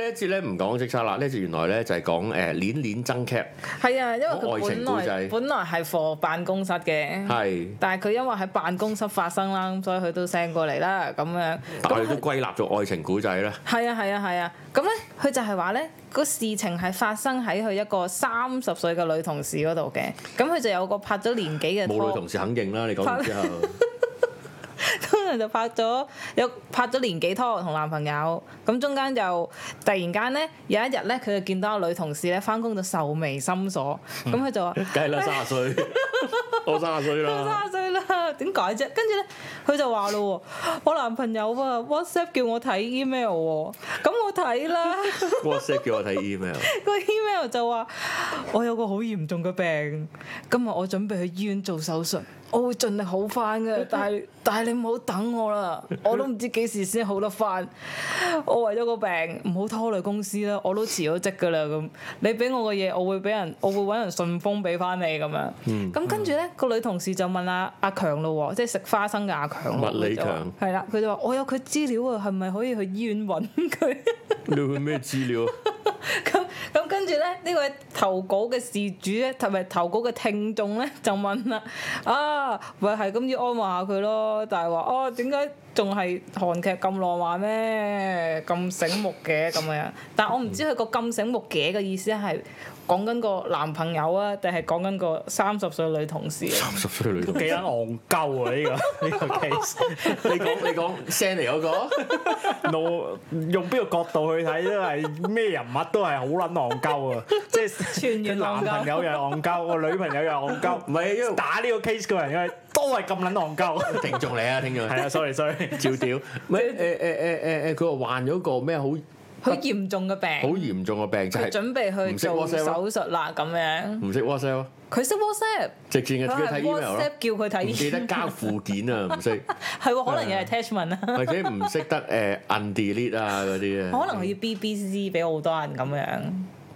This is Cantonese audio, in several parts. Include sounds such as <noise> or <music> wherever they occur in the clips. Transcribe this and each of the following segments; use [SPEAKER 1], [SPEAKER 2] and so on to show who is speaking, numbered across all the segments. [SPEAKER 1] 一節咧唔講即沙啦，呢一節原來咧就係講誒鏈鏈增 cap，
[SPEAKER 2] 係啊，因為
[SPEAKER 1] 愛情
[SPEAKER 2] 佢本
[SPEAKER 1] 故仔
[SPEAKER 2] 來本來係 for 辦公室嘅，
[SPEAKER 1] 係，
[SPEAKER 2] 但係佢因為喺辦公室發生啦，咁所以佢都 send 過嚟啦，咁樣。
[SPEAKER 1] 但係都歸納做愛情古仔啦。
[SPEAKER 2] 係啊係啊係啊，咁咧佢就係話咧個事情係發生喺佢一個三十歲嘅女同事嗰度嘅，咁佢就有個拍咗年幾嘅
[SPEAKER 1] 冇女
[SPEAKER 2] 拖
[SPEAKER 1] 同，事肯認啦，你講完 <laughs> 之後，
[SPEAKER 2] 通 <laughs> 常就拍咗有拍咗年幾拖同男朋友，咁中間就突然間咧有一日咧佢就見到個女同事咧翻工到愁眉深鎖，咁佢就話。
[SPEAKER 1] 梗係啦，三十 <laughs> 歲，我三十歲啦，
[SPEAKER 2] 三歲啦，點解啫？跟住咧，佢就話咯喎，我男朋友啊 WhatsApp 叫我睇 email 喎，咁我睇啦，
[SPEAKER 1] WhatsApp 叫我睇 email，
[SPEAKER 2] <laughs> 個 email 就話我有個好嚴重嘅病，今日我準備去醫院做手術，我會盡力好翻嘅，但係但係你唔好等我啦，我都唔知幾時先好得翻，我為咗個病唔好拖累公司啦，我都辭咗職噶啦咁，你俾我個嘢，我會俾人，我會揾人順豐俾翻你咁樣，咁、
[SPEAKER 1] 嗯
[SPEAKER 2] 跟住咧個女同事就問阿阿強咯喎，即係食花生嘅阿強咯，
[SPEAKER 1] 物理強
[SPEAKER 2] 佢就話係啦，佢就話我有佢資料啊，係咪可以去醫院揾佢？
[SPEAKER 1] 你會咩資料？
[SPEAKER 2] <laughs> 咁咁跟住咧，呢位投稿嘅事主咧，同埋投稿嘅聽眾咧，就問啦：啊，咪係咁要安慰下佢咯？但係話哦，點解仲係韓劇咁浪漫咩？咁醒目嘅咁樣，但我唔知佢個咁醒目嘅嘅意思係講緊個男朋友啊，定係講緊個三十歲女同事啊？
[SPEAKER 1] 三十歲女同
[SPEAKER 3] 幾
[SPEAKER 1] 事，
[SPEAKER 3] 撚戇鳩啊！呢個 <laughs> 呢個 case，
[SPEAKER 1] 你講你講 send 嚟嗰個。
[SPEAKER 3] 路用邊個角度去睇都係咩人物都係好撚戇鳩啊！即係
[SPEAKER 2] 全員
[SPEAKER 3] 男
[SPEAKER 2] 戇
[SPEAKER 3] 朋
[SPEAKER 2] 鳩，
[SPEAKER 3] 友又係戇鳩，個女朋友又係戇鳩，
[SPEAKER 1] 唔係因為
[SPEAKER 3] 打呢個 case 嘅人因為都係咁撚戇鳩。
[SPEAKER 1] 聽眾嚟啊，聽眾
[SPEAKER 3] <laughs> 係啊，sorry <laughs> sorry，
[SPEAKER 1] 照屌，唔係誒誒誒誒誒，佢話患咗個咩好好
[SPEAKER 2] 好嚴重嘅病，
[SPEAKER 1] 嚴重嘅病，就
[SPEAKER 2] 佢
[SPEAKER 1] 係
[SPEAKER 2] 準備去
[SPEAKER 1] 唔識
[SPEAKER 2] 做
[SPEAKER 1] WhatsApp 咯嗯
[SPEAKER 2] 手術啦咁樣。
[SPEAKER 1] 唔識 WhatsApp 咯，
[SPEAKER 2] 佢識 WhatsApp，
[SPEAKER 1] 直接嘅
[SPEAKER 2] 佢
[SPEAKER 1] 自己睇
[SPEAKER 2] 係
[SPEAKER 1] email 咯
[SPEAKER 2] WhatsApp，叫佢睇
[SPEAKER 1] 唔記得交附件啊，唔識，
[SPEAKER 2] 係喎，可能有 attachment 啊，
[SPEAKER 1] 或者唔識得誒 undelete 啊嗰啲啊
[SPEAKER 2] 可能佢要 BBC 俾好多人咁樣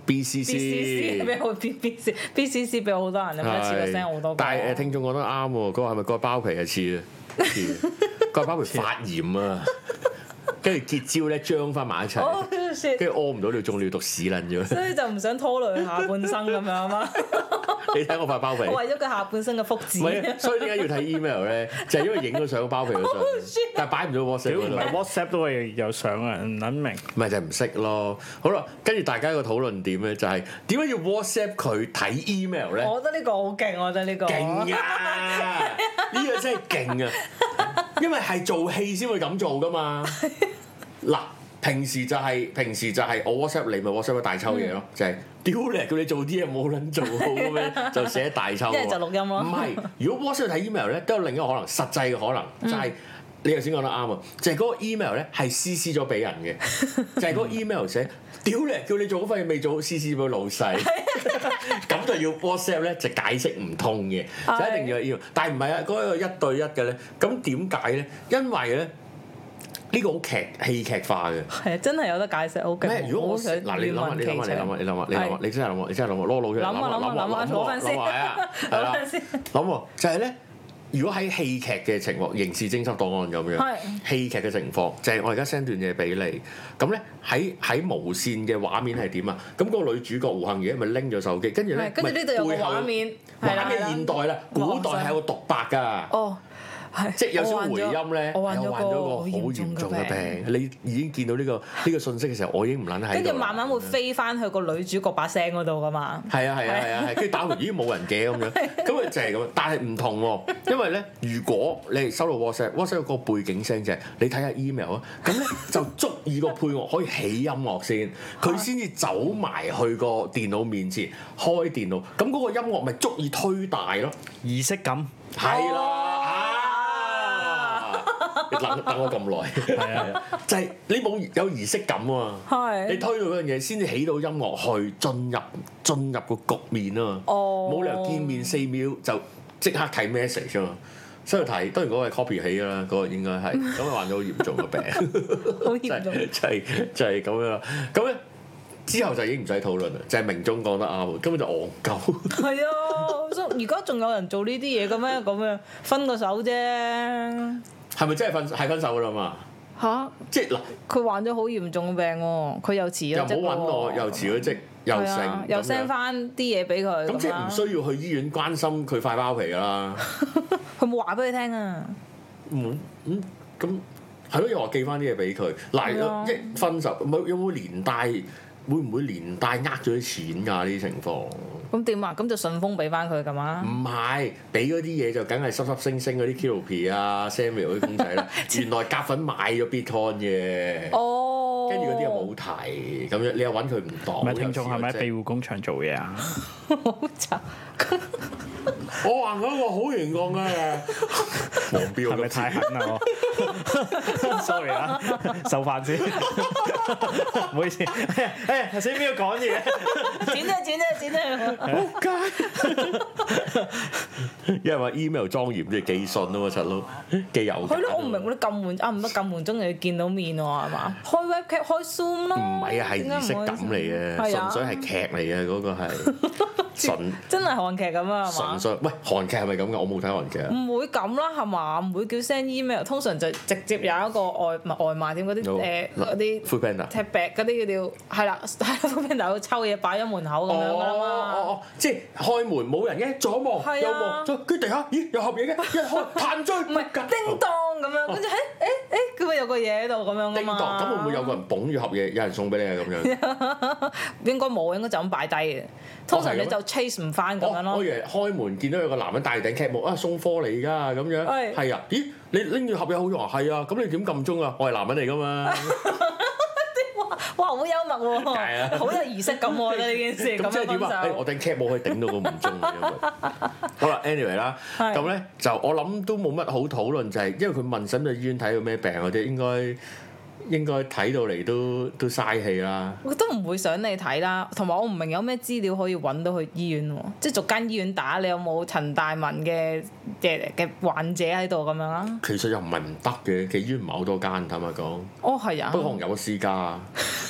[SPEAKER 2] ，BCC 俾
[SPEAKER 1] ，BCC。
[SPEAKER 2] 好 <laughs> BBC，BCC 俾好多人咁樣，一次過 send 好多個。
[SPEAKER 1] 但係誒呃聽眾講得啱喎，佢話係咪個包皮啊似啊，似啊個包皮發炎
[SPEAKER 2] <laughs>
[SPEAKER 1] 啊，跟住結焦咧張翻埋一齊，
[SPEAKER 2] 哦 shit，
[SPEAKER 1] 跟住屙唔到尿中尿毒屎撚
[SPEAKER 2] <laughs>
[SPEAKER 1] 咗，
[SPEAKER 2] 所以就唔想拖累下半生咁樣
[SPEAKER 1] <laughs>
[SPEAKER 2] 啊嘛，
[SPEAKER 1] 你睇我塊包皮。
[SPEAKER 2] 我為咗佢下半生嘅福
[SPEAKER 1] 唔係啊，
[SPEAKER 2] 祉。
[SPEAKER 1] 所以點解要睇 email 咧？就係因為影咗相包皮嗰相
[SPEAKER 2] Oh, shit，
[SPEAKER 1] 但係擺唔到 WhatsApp
[SPEAKER 3] 屌
[SPEAKER 1] 嗰
[SPEAKER 3] 唔
[SPEAKER 1] 度，
[SPEAKER 3] 係 WhatsApp 都係有相啊，唔撚明。
[SPEAKER 1] 咪就係唔識咯。好啦，跟住大家個討論點咧，就係點解要 WhatsApp 佢睇 email 咧？
[SPEAKER 2] <laughs> 我覺得呢個好勁，我覺得呢個
[SPEAKER 1] 勁啊！
[SPEAKER 2] <laughs>
[SPEAKER 1] 呢個真係勁啊！因為係做戲先會咁做噶
[SPEAKER 2] <laughs>
[SPEAKER 1] 嘛。嗱，平時就係平時就係我 WhatsApp 你咪 WhatsApp 一大抽嘢
[SPEAKER 2] 嗯
[SPEAKER 1] 咯，就係屌你，叫你做啲嘢冇撚做好咁
[SPEAKER 2] <laughs>
[SPEAKER 1] 樣，就寫一大抽。
[SPEAKER 2] 一係就錄音咯
[SPEAKER 1] 唔係，如果 WhatsApp 睇 email 咧，都有另一個可能，實際嘅可
[SPEAKER 2] 嗯
[SPEAKER 1] 能就係、你頭先講得啱啊，就係、嗰個 email 咧係 CC 咗俾人嘅，
[SPEAKER 2] <laughs>
[SPEAKER 1] 就係嗰個 email 寫屌你，叫你做嗰份嘢未做好，CC 俾老細，咁就要 WhatsApp 咧就解釋唔通嘅，就一定要要，但係唔係啊？嗰、個一對一嘅咧，咁點解咧？因為咧。呢個好劇戲劇化嘅，
[SPEAKER 2] 係啊真係有得解釋，好
[SPEAKER 1] 咩？
[SPEAKER 2] 勁。
[SPEAKER 1] 如果我
[SPEAKER 2] 好想
[SPEAKER 1] 嗱，你諗下，你諗下，你諗下，你諗下，你諗下
[SPEAKER 2] 係，
[SPEAKER 1] 你真係諗下，你真係諗下，攞腦出嚟
[SPEAKER 2] 諗下諗下諗下，
[SPEAKER 1] 諗啊
[SPEAKER 2] 攞翻先，
[SPEAKER 1] 諗下
[SPEAKER 2] <laughs>
[SPEAKER 1] 啊，係
[SPEAKER 2] 攞
[SPEAKER 1] 啦
[SPEAKER 2] 翻。先。
[SPEAKER 1] 諗喎，就係咧，如果喺戲劇嘅情況，刑事偵緝檔案咁樣
[SPEAKER 2] 係，
[SPEAKER 1] 戲劇嘅情況就係、我而家 send 段嘢俾你，咁咧喺喺無線嘅畫面係點啊？咁、個女主角胡杏兒咪拎咗手機，跟住咧
[SPEAKER 2] 係，跟住呢度有個
[SPEAKER 1] 咪背後
[SPEAKER 2] 畫面，係啦
[SPEAKER 1] 畫
[SPEAKER 2] 係
[SPEAKER 1] 面
[SPEAKER 2] 啦
[SPEAKER 1] 現代啦，古代係有個獨白㗎。
[SPEAKER 2] 哦，係，
[SPEAKER 1] 即係有少回音咧，
[SPEAKER 2] 我患咗
[SPEAKER 1] 又
[SPEAKER 2] 我
[SPEAKER 1] 患
[SPEAKER 2] 患
[SPEAKER 1] 咗
[SPEAKER 2] 咗
[SPEAKER 1] 個好
[SPEAKER 2] 個好
[SPEAKER 1] 嚴
[SPEAKER 2] 嚴
[SPEAKER 1] 重
[SPEAKER 2] 重
[SPEAKER 1] 嘅
[SPEAKER 2] 嘅
[SPEAKER 1] 病，你已經見到呢、個呢、個信息嘅時候，我已經唔撚喺度啦。
[SPEAKER 2] 跟住慢慢會飛翻去個女主角把聲嗰度噶嘛。
[SPEAKER 1] 係啊係啊係啊係，跟住打完咦冇人嘅咁樣，
[SPEAKER 2] <laughs>
[SPEAKER 1] 咁啊就係咁，但係唔同喎，因為咧，如果你係收到 WhatsApp，WhatsApp 有個背景聲就係你睇下 email 啊，咁咧就足以個配樂可以起音樂先，佢先至走埋去個電腦面前開電腦，咁嗰個音樂咪足以推大咯，
[SPEAKER 3] 儀式感
[SPEAKER 1] 係啦，啊你等等我咁耐，係啊，就係你冇有儀式感啊。你
[SPEAKER 2] 係。
[SPEAKER 1] 推到嗰樣嘢先至起到音樂去進入進入個局面啊嘛，
[SPEAKER 2] 哦
[SPEAKER 1] 冇、理由見面四秒就即刻睇 message 啊嘛，所以睇當然嗰個係 copy 起㗎啦，嗰、個應該 <laughs> 係咁啊患咗好嚴重嘅 <laughs> 病，
[SPEAKER 2] <laughs> 好
[SPEAKER 1] 就
[SPEAKER 2] 嚴重。
[SPEAKER 1] 係就係就係咁樣啦，咁咧。之後就已經唔使討論啦，就係、明中講得啱喎，根本就戇鳩。
[SPEAKER 2] 係啊，所以而家仲有人做呢啲嘢嘅咩？咁樣分個手啫，
[SPEAKER 1] 係咪真係分係分手㗎啦嘛？
[SPEAKER 2] 吓，
[SPEAKER 1] 即係嗱，
[SPEAKER 2] 佢患咗好嚴重嘅病喎，佢又辭咗
[SPEAKER 1] 又
[SPEAKER 2] 職
[SPEAKER 1] 冇揾我，
[SPEAKER 2] 喎
[SPEAKER 1] 又辭咗職，又
[SPEAKER 2] 係啊
[SPEAKER 1] 剩，
[SPEAKER 2] 又
[SPEAKER 1] 咁樣
[SPEAKER 2] send 翻啲嘢俾佢啊
[SPEAKER 1] 咁即係
[SPEAKER 2] 啦
[SPEAKER 1] 唔需要去醫院關心佢塊包皮㗎啦。
[SPEAKER 2] 佢冇話俾你聽啊，
[SPEAKER 1] 嗯嗯，咁係咯，又話寄翻啲嘢俾佢。
[SPEAKER 2] 係啊
[SPEAKER 1] 嗱，一分手，唔係有冇連帶？會唔會連帶呃咗啲錢㗎？呢啲情況唔
[SPEAKER 2] 咁點啊？咁就順豐俾翻佢㗎嘛？
[SPEAKER 1] 嗯係俾嗰啲嘢就梗係濕濕星星嗰啲 Kilopi
[SPEAKER 2] <laughs>
[SPEAKER 1] 啊、Samuel 嗰啲公仔啦。原來夾粉買咗 Bitcoin 嘅，
[SPEAKER 2] 哦，
[SPEAKER 1] 跟住嗰啲又冇提，咁樣你又揾佢唔當。
[SPEAKER 3] 唔係聽眾係咪喺
[SPEAKER 1] 又
[SPEAKER 3] 庇護工場做嘢啊？
[SPEAKER 2] <laughs> 好慘，
[SPEAKER 1] 我話嗰個好型講嘅，黃標啊
[SPEAKER 3] 係
[SPEAKER 1] 咁
[SPEAKER 3] 咪太
[SPEAKER 1] 似
[SPEAKER 3] 狠啦？我 <laughs> sorry 啊， <laughs> 受 <laughs> 飯先，唔好意思。 <laughs> 誒，頭先邊個講嘢？
[SPEAKER 2] 剪啊剪啊剪啊！
[SPEAKER 3] <laughs>
[SPEAKER 1] 因為話 email 莊嚴即係寄信啊嘛，柒佬寄郵
[SPEAKER 2] 係
[SPEAKER 1] 件
[SPEAKER 2] 咯，我唔明嗰啲撳門啊，唔得撳門鐘又要見到面喎，係嘛？開 webcam 開 zoom 咯，
[SPEAKER 1] 唔係啊，係儀式感嚟嘅，
[SPEAKER 2] 係
[SPEAKER 1] 純
[SPEAKER 2] 啊
[SPEAKER 1] 粹係劇嚟嘅嗰
[SPEAKER 2] <laughs>
[SPEAKER 1] 個係純
[SPEAKER 2] 真係韓劇咁啊，係
[SPEAKER 1] 純？
[SPEAKER 2] 嘛
[SPEAKER 1] 粹。喂，韓劇係咪咁㗎？我冇睇韓劇啊。
[SPEAKER 2] 唔會咁啦，係嘛？唔會叫 send email，通常就直接有一個外唔係外賣點嗰啲
[SPEAKER 1] 有
[SPEAKER 2] 誒嗰啲
[SPEAKER 1] Full Panda。
[SPEAKER 2] 踢 back 嗰啲叫叫係啦，喺 f o o p a n d 度抽嘢擺咗門口咁
[SPEAKER 1] 哦
[SPEAKER 2] 樣㗎啦
[SPEAKER 1] 哦
[SPEAKER 2] 嘛。
[SPEAKER 1] 哦，即係開門冇人嘅，左望
[SPEAKER 2] 係
[SPEAKER 1] 右
[SPEAKER 2] 啊
[SPEAKER 1] 望，再跟住地下，咦有盒嘢嘅，一開 <laughs> 彈追，哦
[SPEAKER 2] 唔係叮當咁樣，跟住誒誒誒，咁咪有個嘢喺度咁樣㗎
[SPEAKER 1] 叮
[SPEAKER 2] 啊嘛。
[SPEAKER 1] 噹，咁會唔會有個人捧住盒嘢，有人送俾你啊咁樣？
[SPEAKER 2] 應該冇，應該就咁擺低嘅。通常你就 chase 唔翻咁樣
[SPEAKER 1] 我
[SPEAKER 2] 咯
[SPEAKER 1] 我以。為哦開門見到有個男人戴頂 cap 帽啊，送貨嚟㗎咁樣，
[SPEAKER 2] 係
[SPEAKER 1] 係啊，咦你拎住盒嘢好用啊，係啊，咁你點撳鐘啊？我係男人嚟㗎
[SPEAKER 2] <laughs>
[SPEAKER 1] 嘛，
[SPEAKER 2] 哇哇，好幽默
[SPEAKER 1] 係啊
[SPEAKER 2] 喎，好有儀式感喎！呢
[SPEAKER 1] <laughs>
[SPEAKER 2] 件事咁
[SPEAKER 1] 咁即係
[SPEAKER 2] 樣分
[SPEAKER 1] 點啊？誒
[SPEAKER 2] 手
[SPEAKER 1] 我，頂 cap 帽可以頂到個門鐘啊，因為好啦，anyway 啦，
[SPEAKER 2] 係
[SPEAKER 1] 咁咧就我諗都冇乜好討論，就係因為佢問使唔使醫院睇佢咩病嗰啲，應該應該睇到嚟都都嘥氣啦。
[SPEAKER 2] 我都唔會想你睇啦。同埋我唔明有咩資料可以揾到去醫院喎，即係逐間醫院打你有冇陳大文嘅嘅嘅患者喺度咁樣啦。
[SPEAKER 1] 其實又唔係唔得嘅，其實醫院唔係好多間，坦白講，
[SPEAKER 2] 哦，係啊
[SPEAKER 1] 不過可，能有個私家，啊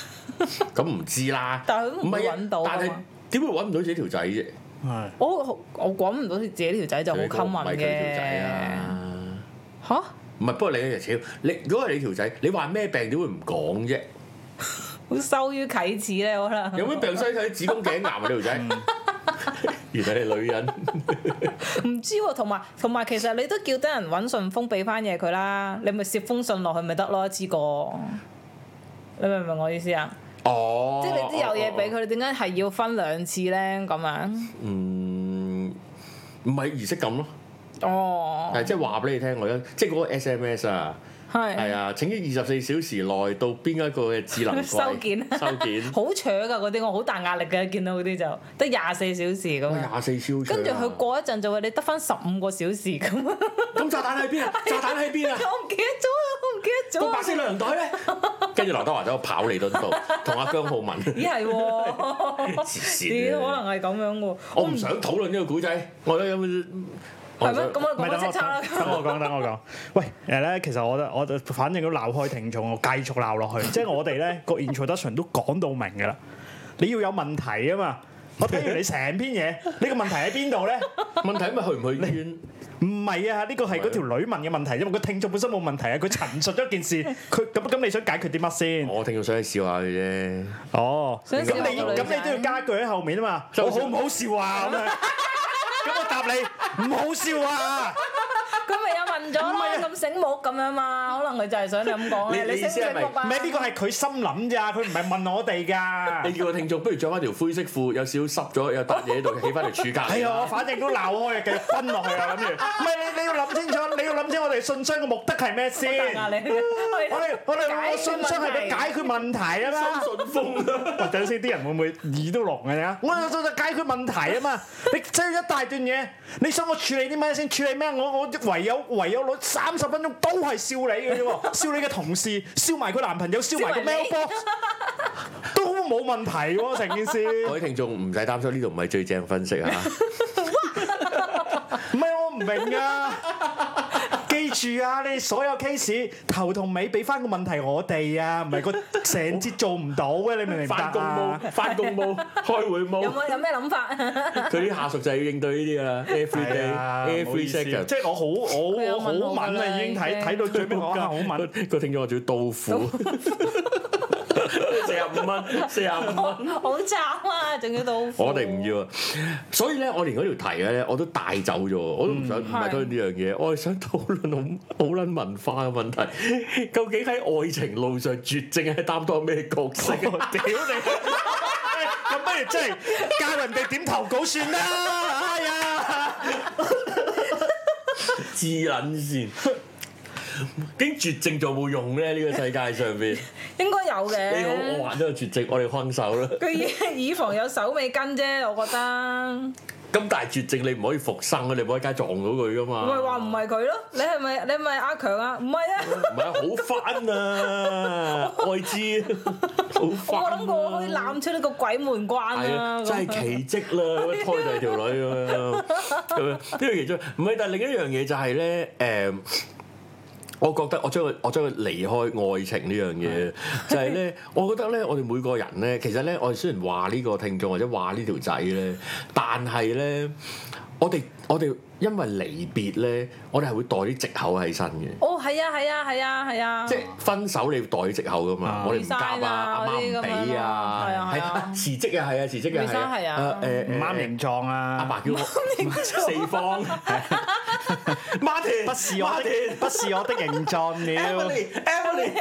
[SPEAKER 2] <laughs>
[SPEAKER 1] 咁唔知啦。
[SPEAKER 2] 但係佢都唔會
[SPEAKER 1] 係啊
[SPEAKER 2] 揾到
[SPEAKER 1] 但
[SPEAKER 2] 㗎
[SPEAKER 1] 係
[SPEAKER 2] 嘛。
[SPEAKER 1] 點會揾唔到自己條仔啫？
[SPEAKER 3] 係
[SPEAKER 2] 我我揾唔到自己條仔就好
[SPEAKER 1] 你嗰個唔
[SPEAKER 2] common
[SPEAKER 1] 係佢條仔
[SPEAKER 2] 嘅
[SPEAKER 1] 啊！
[SPEAKER 2] 嚇，
[SPEAKER 1] 唔係，不過你嘅條你如果係你條仔，你話咩病點會唔講啫？
[SPEAKER 2] 好羞於啟齒咧，我覺得。
[SPEAKER 1] 有咩病西睇子宮頸癌啊？你條
[SPEAKER 2] <laughs>
[SPEAKER 1] 仔，原來你係女人，
[SPEAKER 2] 唔知喎，同埋同埋，其實你都叫得人揾順豐俾翻嘢佢啦，你咪攝封信落去咪得咯，一次過。你明唔明我意思啊？
[SPEAKER 1] 哦，
[SPEAKER 2] <laughs> 即係你啲有嘢俾
[SPEAKER 1] 哦。哦哦
[SPEAKER 2] 佢，你點解係要分兩次咧？咁樣
[SPEAKER 1] 嗯，唔係儀式感咯，
[SPEAKER 2] 哦，
[SPEAKER 1] 係即係話俾你聽，我而家即係嗰個 SMS 啊，係
[SPEAKER 2] 係
[SPEAKER 1] 啊，請於二十四小時內到邊一個嘅智能櫃
[SPEAKER 2] <laughs> 收件
[SPEAKER 1] 收件，
[SPEAKER 2] <laughs> 好扯㗎嗰啲，我好大壓力嘅，見到嗰啲就得廿四小時咁
[SPEAKER 1] 哇
[SPEAKER 2] 樣。
[SPEAKER 1] 廿四小時啊，
[SPEAKER 2] 跟住佢過一陣就話你得翻十五個小時咁， <laughs> 我
[SPEAKER 1] 咁炸彈喺邊
[SPEAKER 2] <laughs>
[SPEAKER 1] 啊？炸彈喺邊啊？
[SPEAKER 2] 唔記得咗啊！我唔記得咗
[SPEAKER 1] 個
[SPEAKER 2] 啊
[SPEAKER 1] 白！色旅行袋
[SPEAKER 3] <laughs>
[SPEAKER 1] 咧，跟住劉德華走去跑彌敦道，同阿姜浩文。
[SPEAKER 3] <laughs>
[SPEAKER 2] 咦係
[SPEAKER 1] 黐
[SPEAKER 2] 喎，
[SPEAKER 1] 線
[SPEAKER 2] 咦
[SPEAKER 1] 啊
[SPEAKER 2] 可能係咁樣喎。
[SPEAKER 1] 我唔想討論呢個古仔，我覺得有冇我
[SPEAKER 2] 係
[SPEAKER 1] 唔
[SPEAKER 2] 咩？
[SPEAKER 1] 想
[SPEAKER 2] 咁我
[SPEAKER 3] 唔係
[SPEAKER 2] 講翻叱
[SPEAKER 3] 等我
[SPEAKER 2] 咤啦。
[SPEAKER 3] 等我講，等我講。喂，誒咧，其實我覺得我就反正都鬧開聽眾，我繼續鬧落
[SPEAKER 2] <laughs>
[SPEAKER 3] 去。即係我哋咧個 introduction 都講到明㗎啦。你要有問題啊嘛！我聽完你成篇嘢，你個問題喺邊度咧？
[SPEAKER 1] <laughs> 問題咪去唔去醫院？
[SPEAKER 3] 唔係啊，呢個係嗰條女問嘅問題啫嘛。個聽眾本身冇問題啊，佢陳述
[SPEAKER 2] <laughs>
[SPEAKER 3] 咗件事，佢咁咁你想解決啲乜先？
[SPEAKER 1] 我聽眾想去笑下佢啫。
[SPEAKER 3] 哦，
[SPEAKER 2] 想
[SPEAKER 3] 咁
[SPEAKER 2] 笑
[SPEAKER 3] 你
[SPEAKER 2] 下個女
[SPEAKER 3] 咁你
[SPEAKER 2] 仔
[SPEAKER 3] 都要加句喺後面啊嘛，我好唔好笑啊咁樣？咁我答你唔好笑啊！
[SPEAKER 2] 佢咪又問咗啦，咁醒目咁樣嘛？可能佢就係想你咁講咧，
[SPEAKER 1] 你
[SPEAKER 2] 你醒唔醒目啊？
[SPEAKER 3] 唔係呢個係佢心諗咋，佢唔係問我哋㗎
[SPEAKER 1] 你。叫個聽眾不如着翻條灰色褲，有少少濕咗，有笪嘢喺度，起翻條柱隔。
[SPEAKER 3] 係啊，我反正都鬧開啊，繼續分落去啊，諗住。唔係你你要諗清楚，你要諗清我哋信箱嘅目的係咩
[SPEAKER 2] 好大 <laughs>
[SPEAKER 3] 先。
[SPEAKER 2] 壓力
[SPEAKER 3] 我哋我哋
[SPEAKER 2] 解
[SPEAKER 3] 我
[SPEAKER 2] 決
[SPEAKER 3] 信箱係俾
[SPEAKER 2] 問題
[SPEAKER 3] 解決問題啊嘛。
[SPEAKER 1] 收信封
[SPEAKER 3] <laughs>
[SPEAKER 1] 啊！
[SPEAKER 3] 喂，等陣先，啲人會唔會耳都聾嘅啫？我有就解決問題啊嘛！你即係一大段嘢，你想我處理啲咩先？處理咩？我我唯有唯有攞三十分鐘都係笑你嘅啫
[SPEAKER 2] <laughs>
[SPEAKER 3] 喎，笑你嘅同事，笑埋佢男朋友，笑埋個
[SPEAKER 2] 笑埋你
[SPEAKER 3] mailbox，都冇問題喎成
[SPEAKER 2] <laughs>
[SPEAKER 3] 件事。
[SPEAKER 1] 各位聽眾唔使擔心，呢度唔係最啊正分析嚇。
[SPEAKER 3] <laughs> 唔係我唔明啊！記住啊，你哋所有 case 頭同尾俾翻個問題我哋啊，唔係個成節做唔到嘅， <laughs> 你明唔明白
[SPEAKER 1] 翻工
[SPEAKER 3] 啊？
[SPEAKER 1] 冇，翻工冇，開會
[SPEAKER 2] 有
[SPEAKER 1] 冇，
[SPEAKER 2] 冇有咩諗法？
[SPEAKER 1] 佢啲下屬就要應對呢啲㗎啦，every
[SPEAKER 3] 係啊，唔好意
[SPEAKER 1] day，every
[SPEAKER 3] 思
[SPEAKER 1] second
[SPEAKER 3] 即。係我好
[SPEAKER 2] 佢有
[SPEAKER 3] 我
[SPEAKER 2] 問
[SPEAKER 3] 我
[SPEAKER 2] 我
[SPEAKER 3] 好敏
[SPEAKER 2] 㗎啦
[SPEAKER 3] 啊，已經睇
[SPEAKER 2] 已經
[SPEAKER 3] 睇到最尾我啊好敏。
[SPEAKER 1] 個個聽眾話仲要到付，四十五蚊，四十五蚊。
[SPEAKER 2] 好慘啊！仲要到
[SPEAKER 1] 我哋唔要啊，所以咧，我連嗰條題咧，我都帶走咗喎，我都唔想唔嗯係推呢樣嘢，我係想討論好好撚文化嘅問題，究竟喺愛情路上絕症係擔當咩角色？
[SPEAKER 3] 我屌你！咁不如真係教人哋點投稿算啦！哎呀，
[SPEAKER 1] 自撚線，經絕症仲有冇用咧？呢、個世界上 <laughs> 邊，
[SPEAKER 2] 應該有
[SPEAKER 1] 你好，我
[SPEAKER 2] 嘅。
[SPEAKER 1] 玩咗個絕症，我哋分手啦。
[SPEAKER 2] 佢 <laughs> 以以防有手尾跟啫，我覺得。
[SPEAKER 1] 咁但係絕症你唔可以復生啊，你冇喺街撞到佢噶嘛。
[SPEAKER 2] 咪話唔係佢咯？你係咪你係咪阿強啊？唔係啊！
[SPEAKER 1] 唔係好翻
[SPEAKER 2] <laughs>
[SPEAKER 1] 啊，愛知好
[SPEAKER 2] 我
[SPEAKER 1] 翻。
[SPEAKER 2] 冇諗過我可以攬出呢個鬼門關
[SPEAKER 1] 係
[SPEAKER 2] 啊！
[SPEAKER 1] 啊，真係奇蹟啦！咁樣胎大條女咁樣，咁樣呢個其中唔係，但係另一樣嘢就係咧，誒。我覺得我將佢我將佢離開愛情呢樣嘢，就係咧，我覺得咧，我哋每個人咧，其實咧，我哋雖然話呢個聽眾或者話呢條仔咧，但係咧，我哋我哋因為離別咧，我哋係會袋啲藉口喺身嘅。
[SPEAKER 2] 哦，係啊，係啊，係啊，係啊！ <laughs>
[SPEAKER 1] 即係分手你要袋藉口噶嘛，
[SPEAKER 3] 啊
[SPEAKER 1] 我哋唔夾
[SPEAKER 2] resign 啊
[SPEAKER 1] 啊，阿媽
[SPEAKER 2] 嗰啲
[SPEAKER 1] 唔
[SPEAKER 2] 咁樣
[SPEAKER 1] 俾
[SPEAKER 2] 咯係啊
[SPEAKER 1] 啊，
[SPEAKER 2] 係啊
[SPEAKER 1] 辭職啊，係啊，辭職啊，
[SPEAKER 2] resign 係啊
[SPEAKER 1] 誒
[SPEAKER 3] 唔啱形狀
[SPEAKER 1] 阿
[SPEAKER 3] 啊！
[SPEAKER 1] 爸叫我四
[SPEAKER 3] <laughs>
[SPEAKER 1] 方，Martin，
[SPEAKER 3] 不是我
[SPEAKER 1] Martin
[SPEAKER 3] 的，不是我的形狀了。
[SPEAKER 1] Emily，Emily，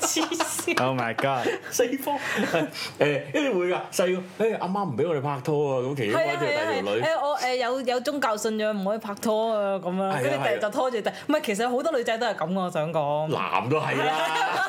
[SPEAKER 2] 黐線，
[SPEAKER 3] Oh my god！
[SPEAKER 1] 四方係誒，一定會㗎，細個誒阿媽唔俾我哋拍拖啊，咁其中一
[SPEAKER 2] 係
[SPEAKER 1] 條
[SPEAKER 2] 啊
[SPEAKER 1] 第
[SPEAKER 2] 係啊
[SPEAKER 1] 二條
[SPEAKER 2] 係
[SPEAKER 1] 女
[SPEAKER 2] 啊！。誒我誒有有宗教信仰唔可以拍拖啊咁
[SPEAKER 1] 係啊
[SPEAKER 2] 樣，跟住第
[SPEAKER 1] 係啊
[SPEAKER 2] 日就拖住第，唔係其實好多女仔都係咁嘅，我想講。
[SPEAKER 1] 男都係啦，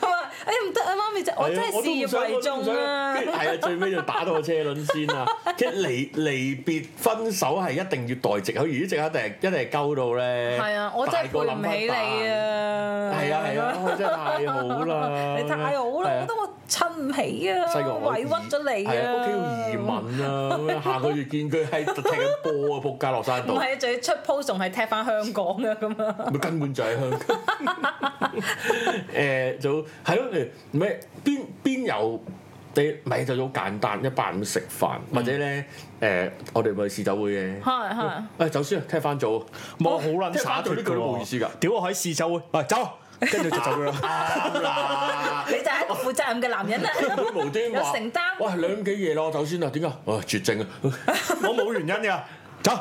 [SPEAKER 2] 佢話：哎唔得啊，媽咪就我真係事業為重啊！
[SPEAKER 1] 係啊，最尾就打到個車輪先啦。即係離離別分手係一定要代藉口，如果藉口一定係一定係鳩到咧。
[SPEAKER 2] <laughs> 係啊，我真係
[SPEAKER 1] 大個
[SPEAKER 2] 配
[SPEAKER 1] 諗
[SPEAKER 2] 唔
[SPEAKER 1] 返
[SPEAKER 2] 起你
[SPEAKER 1] 大！
[SPEAKER 2] 啊！
[SPEAKER 1] 係啊係啊，我真係太好啦！
[SPEAKER 2] <laughs> 你太好啦，
[SPEAKER 1] 係
[SPEAKER 2] 我
[SPEAKER 1] 啊
[SPEAKER 2] 覺得我襯唔起啊，
[SPEAKER 1] 細個我
[SPEAKER 2] 委屈咗你
[SPEAKER 1] 係
[SPEAKER 2] 啊！
[SPEAKER 1] 屋企要移民啊，咁樣下個月見佢喺踢緊波啊，仆街落山
[SPEAKER 2] 唔
[SPEAKER 1] 度，
[SPEAKER 2] 係啊，仲要出 post 仲係踢翻香港啊
[SPEAKER 1] <laughs>
[SPEAKER 2] 咁啊！
[SPEAKER 1] 咪根本就喺香港。 <laughs> 誒，就係咯，誒唔係邊邊有？你咪就好簡單，一班咁食飯，或者咧誒，我哋咪試酒會嘅。
[SPEAKER 2] 係
[SPEAKER 1] <laughs>
[SPEAKER 2] 係。
[SPEAKER 1] 誒，走先啊，聽翻早。
[SPEAKER 3] 我好撚
[SPEAKER 1] 即係
[SPEAKER 3] 灑
[SPEAKER 1] 翻到
[SPEAKER 3] 脱
[SPEAKER 1] 呢
[SPEAKER 3] 嘅
[SPEAKER 1] 句都冇意
[SPEAKER 3] 喎，
[SPEAKER 1] 思㗎。
[SPEAKER 3] 屌我喺試酒會，喂走，跟住就走 <laughs> 咗啦。
[SPEAKER 1] 啱 <laughs> 啦。
[SPEAKER 2] 你就係一個負責任嘅男人
[SPEAKER 1] <laughs>
[SPEAKER 2] 啦。
[SPEAKER 1] 佢無端端話
[SPEAKER 2] 有承擔
[SPEAKER 1] 喂，兩點幾夜咯，我走先啦。點解？哇，絕 <laughs> 症啊！
[SPEAKER 3] 我冇原因㗎，走，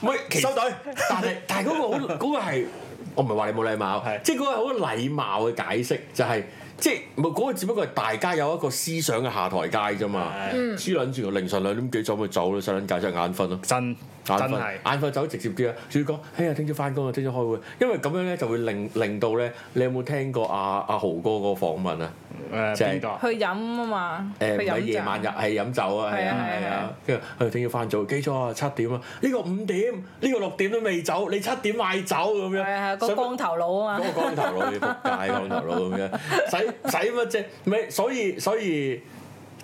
[SPEAKER 1] 唔係，其實
[SPEAKER 3] 收隊。
[SPEAKER 1] 但
[SPEAKER 3] <laughs>
[SPEAKER 1] 係但係嗰個好嗰個係，我唔係話你冇禮貌
[SPEAKER 3] 係，
[SPEAKER 1] 即係嗰個係好禮貌嘅解釋，就係即係冇嗰個只不過係大家有一個思想嘅下台階啫嘛。
[SPEAKER 2] 嗯
[SPEAKER 1] 黐撚住凌晨兩點幾走咪走咯，細撚解釋眼瞓咯。
[SPEAKER 3] 真
[SPEAKER 1] 眼
[SPEAKER 3] 真
[SPEAKER 1] 瞓
[SPEAKER 3] 係。
[SPEAKER 1] 眼瞓走直接啲啦，仲要講，哎呀，聽朝翻工啊，聽朝開會，因為咁樣咧就會令令到咧，你有冇聽過阿阿豪哥個訪問啊？
[SPEAKER 3] 誒
[SPEAKER 1] 即係
[SPEAKER 3] 邊個？
[SPEAKER 2] 去飲啊嘛，
[SPEAKER 1] 誒
[SPEAKER 2] 去
[SPEAKER 1] 唔係
[SPEAKER 2] 飲
[SPEAKER 1] 夜晚日
[SPEAKER 2] 咋。
[SPEAKER 1] 係飲酒啊，係
[SPEAKER 2] 係
[SPEAKER 1] 啊
[SPEAKER 2] 啊係啊
[SPEAKER 1] 係
[SPEAKER 2] 係
[SPEAKER 1] 啊
[SPEAKER 2] 啊，
[SPEAKER 1] 跟住佢聽要翻早，記錯啊七點啊，呢個五點，呢個六點都未走，你七點買酒咁
[SPEAKER 2] 係啊，
[SPEAKER 1] 樣，
[SPEAKER 2] 個
[SPEAKER 1] 想
[SPEAKER 2] 光頭佬啊嘛
[SPEAKER 1] 嗰個，光頭佬，你仆街光頭佬咁樣，使使乜啫？咪所以所以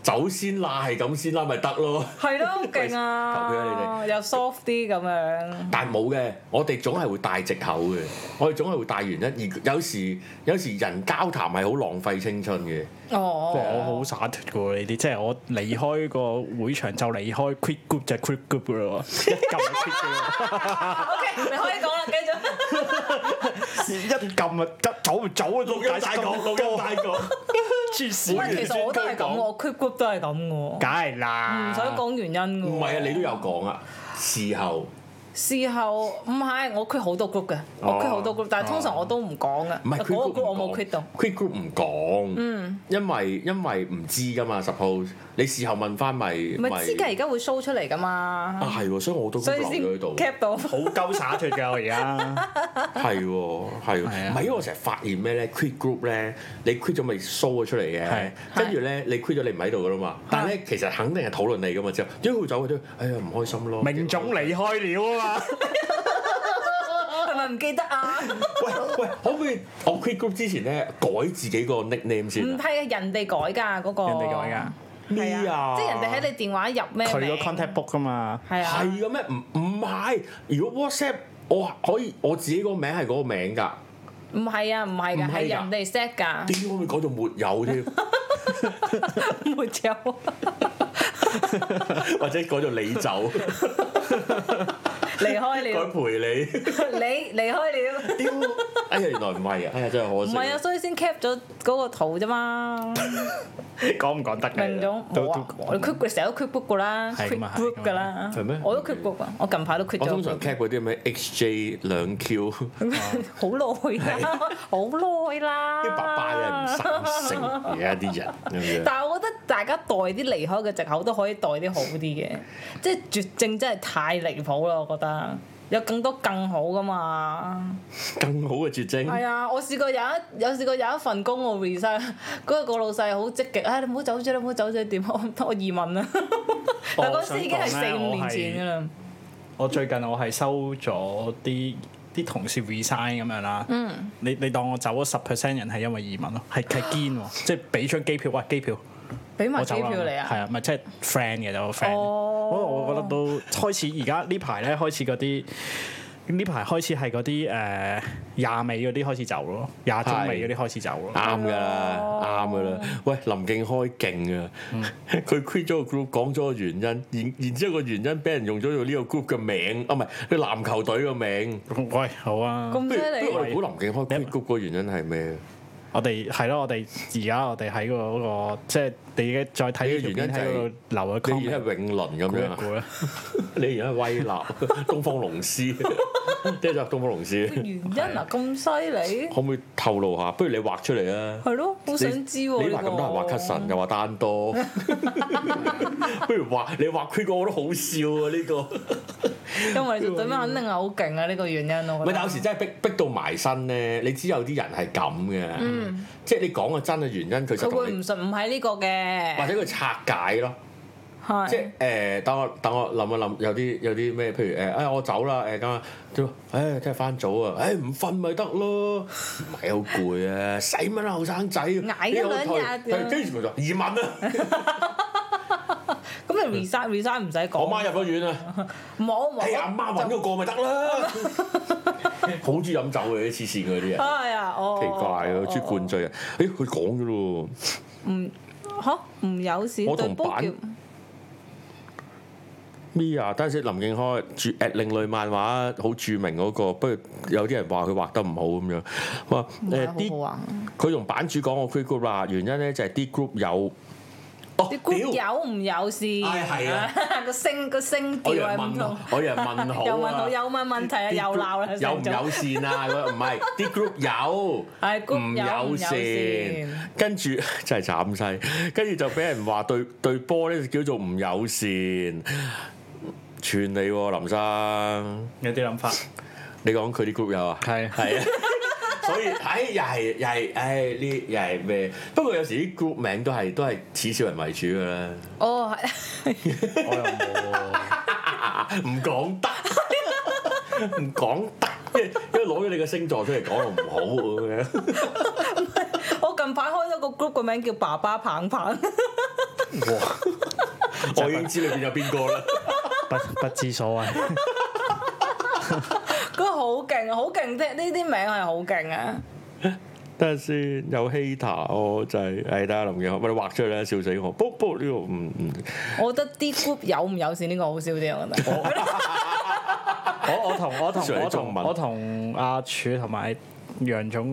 [SPEAKER 1] 走先啦，係咁先啦，咪得咯。
[SPEAKER 2] <laughs> 係咯，好勁
[SPEAKER 1] 求佢啊
[SPEAKER 2] 啊！又 soft 啲咁樣，
[SPEAKER 1] 但係冇嘅，我哋總係會帶藉口嘅，我哋總係會帶原因，而有時有時人交談係好浪費青春嘅。
[SPEAKER 2] 哦，
[SPEAKER 3] 我好灑脱嘅喎呢啲，即係我離開個會場就離開 quit group 就 quit group 嘅 <laughs> 咯喎，一撳就 quit 嘅咯
[SPEAKER 2] OK，你可以講啦，繼續。
[SPEAKER 3] 喎，一撳啊得走就走啊，都解釋咁多
[SPEAKER 1] 講，
[SPEAKER 3] 黐
[SPEAKER 2] 喂，其
[SPEAKER 3] 線，
[SPEAKER 2] 實我都係咁，我 quick group 都係咁嘅
[SPEAKER 3] 梗係
[SPEAKER 2] 喎，
[SPEAKER 3] 啦，
[SPEAKER 2] 唔想講原因嘅喎。
[SPEAKER 1] 唔係啊，你都有講啊，事後。
[SPEAKER 2] 事後唔係，我 quit 好多 group 嘅，我
[SPEAKER 1] 哦
[SPEAKER 2] quit 好多 group，但係通常我都唔講嘅。
[SPEAKER 1] 唔係 quit
[SPEAKER 2] 啊嗰
[SPEAKER 1] group
[SPEAKER 2] 個 group 我
[SPEAKER 1] 唔
[SPEAKER 2] 冇
[SPEAKER 1] 講
[SPEAKER 2] quit 到。嗯
[SPEAKER 1] quit group 唔講，因為因為唔知噶嘛，suppose 你事後問翻咪
[SPEAKER 2] 唔係知嘅，而家會 show 出嚟㗎
[SPEAKER 1] 啊
[SPEAKER 2] 嘛，
[SPEAKER 1] 係喎，所以我都
[SPEAKER 2] 所以先
[SPEAKER 1] 留咗喺度，
[SPEAKER 2] cap 到。 <laughs>
[SPEAKER 3] 好鳩灑脱㗎我而家，
[SPEAKER 2] 啊
[SPEAKER 1] 係喎係喎，
[SPEAKER 3] 係啊
[SPEAKER 1] 唔係因為我成日發現咩咧，quit group 咧，你 quit 咗咪 show 咗出嚟嘅
[SPEAKER 3] 係，
[SPEAKER 1] 跟住咧你 quit 咗你唔喺度噶啦嘛，但係咧其實肯定係討論你噶嘛之後，點解會走嘅啫？哎呀唔開心咯，
[SPEAKER 3] <laughs> 明總離開了啊嘛，
[SPEAKER 2] 係咪唔記得啊？唔
[SPEAKER 1] 喂喂，可唔可以我 quit group 之前咧改自己個 nickname 先啊？
[SPEAKER 2] 係啊，人哋改㗎嗰個。
[SPEAKER 3] 人哋改㗎。
[SPEAKER 1] 咩
[SPEAKER 2] 嗯係
[SPEAKER 1] 啊？
[SPEAKER 2] 即係人哋喺你電話入咩
[SPEAKER 3] 佢
[SPEAKER 2] 名
[SPEAKER 3] 個 contact book 㗎嘛，
[SPEAKER 2] 係啊，
[SPEAKER 1] 係嘅咩？唔唔係，如果 WhatsApp 我可以我自己個名係嗰個名㗎，屌
[SPEAKER 2] 唔係啊，唔係
[SPEAKER 1] 唔係
[SPEAKER 2] 㗎，
[SPEAKER 1] 㗎
[SPEAKER 2] 係人哋 set 㗎，
[SPEAKER 1] 可唔可以改做沒有
[SPEAKER 2] <laughs>
[SPEAKER 1] 添，
[SPEAKER 2] 沒有啊。
[SPEAKER 1] 或者改做你
[SPEAKER 2] <laughs>
[SPEAKER 1] 走，
[SPEAKER 2] <laughs> 離開
[SPEAKER 1] 改
[SPEAKER 2] 了，
[SPEAKER 1] 陪你。
[SPEAKER 2] 你離開了。
[SPEAKER 1] 屌！哎呀，原來唔係啊！哎呀，真係可
[SPEAKER 2] 唔
[SPEAKER 1] 惜。
[SPEAKER 2] 係啊，所以先 cap 咗嗰個圖啫嘛，
[SPEAKER 3] <laughs>
[SPEAKER 1] 啊
[SPEAKER 3] 講唔講得嘅？
[SPEAKER 2] 明總
[SPEAKER 3] 都
[SPEAKER 2] 冇啊，
[SPEAKER 3] 都
[SPEAKER 2] 我 quit 嘅成日都 quit book 噶啦
[SPEAKER 3] 係
[SPEAKER 2] ，quit
[SPEAKER 3] 咁啊係
[SPEAKER 2] group
[SPEAKER 3] 咁啊
[SPEAKER 2] 噶啦，
[SPEAKER 1] 係咩
[SPEAKER 2] 我都 quit book 啊，我近排都 quit
[SPEAKER 1] 我
[SPEAKER 2] 咗 <laughs>
[SPEAKER 1] 通常哦 cap 嗰啲咩 HJ 兩
[SPEAKER 2] 啊
[SPEAKER 1] Q，啲
[SPEAKER 2] group，好耐啦，好耐啦，
[SPEAKER 1] 白霸嘅人唔生性，而家啲人咁樣。
[SPEAKER 2] 但係我覺得大家代啲離開嘅藉口都可以代啲好啲
[SPEAKER 1] <laughs>
[SPEAKER 2] 嘅，即係絕症真係太離譜啦！我覺得有更多更好噶嘛。
[SPEAKER 1] 更好嘅絕症，
[SPEAKER 2] 係啊，我試過有一有試過有一份工我 resign，嗰 <laughs> 個老細好積極，唉你唔好走咗，你唔好走咗點啊？我我移民啦。
[SPEAKER 1] 哦
[SPEAKER 2] <laughs> 但嗰時已經係四五年前㗎啦。
[SPEAKER 3] 我最近我係收咗啲啲同事 resign 咁樣啦。嗯，你你當我走咗十 percent 人係因為移民咯，係係堅喎，即係俾張機票，喂機票。
[SPEAKER 2] 俾埋
[SPEAKER 3] 我
[SPEAKER 2] 啊機
[SPEAKER 3] 走啦
[SPEAKER 2] 票你
[SPEAKER 3] 係
[SPEAKER 2] 啊！
[SPEAKER 3] 啊，咪即係 friend 嘅就 friend。
[SPEAKER 2] 哦
[SPEAKER 3] 不過我覺得都開始而家呢排咧開始嗰啲。呢排開始係嗰啲誒廿尾嗰啲開始走咯，廿中尾嗰啲開始走咯。
[SPEAKER 1] 啱㗎啦，啱㗎
[SPEAKER 2] 哦
[SPEAKER 1] 啦。喂，林敬開勁啊！
[SPEAKER 3] 嗯
[SPEAKER 1] <laughs> 佢 quit 咗個 group，講咗個原因，然然之後個原因俾人用咗做呢個 group 嘅名，啊唔係佢籃球隊嘅名。
[SPEAKER 3] 喂，好啊，
[SPEAKER 2] 咁
[SPEAKER 1] 不
[SPEAKER 2] 犀
[SPEAKER 1] 如不如我
[SPEAKER 2] 利，
[SPEAKER 1] 哋估林敬開 quit group 個原因係咩？
[SPEAKER 3] 我哋係咯，我哋而家我哋喺個嗰個即係你嘅再睇呢條片喺嗰度留個
[SPEAKER 1] 你而
[SPEAKER 3] comment
[SPEAKER 1] 家係永倫咁
[SPEAKER 3] 估
[SPEAKER 1] 樣
[SPEAKER 3] 一
[SPEAKER 1] 啊，
[SPEAKER 3] 估啦。
[SPEAKER 1] 你而家係威立東方龍
[SPEAKER 2] <laughs>
[SPEAKER 1] 獅，即係就東方龍獅。
[SPEAKER 2] 原因啊咁犀利，
[SPEAKER 1] 可唔可以透露下？不如你畫出嚟啊！
[SPEAKER 2] 係咯，好想知喎。
[SPEAKER 1] 你你畫咁多人畫
[SPEAKER 2] 呢個
[SPEAKER 1] cut 神，又話單多，不如畫你畫 quick 我都好笑啊！呢、個
[SPEAKER 2] 因為你做對面肯定係好勁啊！呢個原因我
[SPEAKER 1] 唔係，
[SPEAKER 2] 覺
[SPEAKER 1] 但有
[SPEAKER 2] 得。
[SPEAKER 1] 時真係逼逼到埋身咧，你知有啲人係咁嘅，即係你講個真嘅原因，佢就
[SPEAKER 2] 嗯佢
[SPEAKER 1] 同
[SPEAKER 2] 會
[SPEAKER 1] 你
[SPEAKER 2] 唔信唔喺呢個
[SPEAKER 1] 或
[SPEAKER 2] 嘅，
[SPEAKER 1] 者佢拆解咯。即係
[SPEAKER 2] 係
[SPEAKER 1] 誒、等我等我諗一諗，有啲有啲咩，譬如誒，哎、我走啦，誒咁啊，點啊誒，聽日翻早啊，誒唔瞓咪得咯，唔係好攰啊，使乜啦，後生仔，
[SPEAKER 2] 捱一兩日啊
[SPEAKER 1] 日，跟住佢就話移民啊，
[SPEAKER 2] 咁你 resign resign 唔使
[SPEAKER 1] 我
[SPEAKER 2] 講，
[SPEAKER 1] 媽入咗院啊，
[SPEAKER 2] 冇冇
[SPEAKER 1] 哎呀，阿媽揾個過咪得啦， <laughs> 好中意飲酒嘅啲黐線嗰啲人，
[SPEAKER 2] 係啊，哦，
[SPEAKER 1] 奇怪啊，中意灌醉人，誒佢講嘅咯喎。
[SPEAKER 2] 嚇唔友善
[SPEAKER 1] 我
[SPEAKER 2] 對
[SPEAKER 1] 同
[SPEAKER 2] 煲
[SPEAKER 1] 板
[SPEAKER 2] 叫。
[SPEAKER 1] Mia，等陣先，林敬開著誒另類漫畫好著名嗰、個，不過有啲人話佢畫得唔好咁樣。話誒啲
[SPEAKER 2] 啊！
[SPEAKER 1] 佢同版主講我 quick group 啦，原因咧就係啲 group 有哦
[SPEAKER 2] 啲
[SPEAKER 1] 屌
[SPEAKER 2] group 有唔有事？
[SPEAKER 1] 哎係啊，
[SPEAKER 2] <laughs> 個聲個聲
[SPEAKER 1] 我以
[SPEAKER 2] 調
[SPEAKER 1] 為
[SPEAKER 2] 係唔
[SPEAKER 1] 問
[SPEAKER 2] 同
[SPEAKER 1] 好。，我以為問好
[SPEAKER 2] <laughs> 又問好，
[SPEAKER 1] 啊。
[SPEAKER 2] 又問問題啊，
[SPEAKER 1] 啲
[SPEAKER 2] 又
[SPEAKER 1] group
[SPEAKER 2] 鬧啦，
[SPEAKER 1] 有唔
[SPEAKER 2] 成組
[SPEAKER 1] 友善啊？佢話唔係啲 group 有，
[SPEAKER 2] 係 group
[SPEAKER 1] 唔
[SPEAKER 2] 有唔
[SPEAKER 1] 友
[SPEAKER 2] 友善
[SPEAKER 1] 善，跟住 <laughs> 真係慘晒，跟住就俾人話對對波咧就叫做唔友善，串你喎林生。
[SPEAKER 3] 有啲諗法，
[SPEAKER 1] 你講佢啲 group 友啊？
[SPEAKER 2] <laughs>
[SPEAKER 3] 係
[SPEAKER 1] 係啊，所以唉，又係又係唉呢又係咩？不過有時啲 group 名都係都係恥笑人為主㗎啦，
[SPEAKER 2] 哦，
[SPEAKER 3] 我又冇喎。
[SPEAKER 1] 啊唔講得， <laughs> 唔講得。因為因為攞咗你個星座出嚟講，我唔好咁
[SPEAKER 2] <laughs>
[SPEAKER 1] 樣。
[SPEAKER 2] <laughs> 我近排開咗個 group 個名叫爸爸棒棒， <laughs>
[SPEAKER 1] 我已經知裏邊有邊個啦。
[SPEAKER 3] 不不知所謂，
[SPEAKER 2] 嗰個好勁啊，好勁啫！呢啲名係好勁啊！
[SPEAKER 1] 等陣先，有 hater 我就係係得林嘅，我你畫出嚟啦，笑死我！不不呢個唔唔，
[SPEAKER 2] 我覺得啲 group 有唔友善呢個好笑啲，我覺得。
[SPEAKER 3] 我我同
[SPEAKER 1] <laughs>
[SPEAKER 3] 我
[SPEAKER 1] Sorry，
[SPEAKER 3] 同我
[SPEAKER 1] 中
[SPEAKER 3] 同
[SPEAKER 1] 文
[SPEAKER 3] 我同阿柱同埋楊總嗰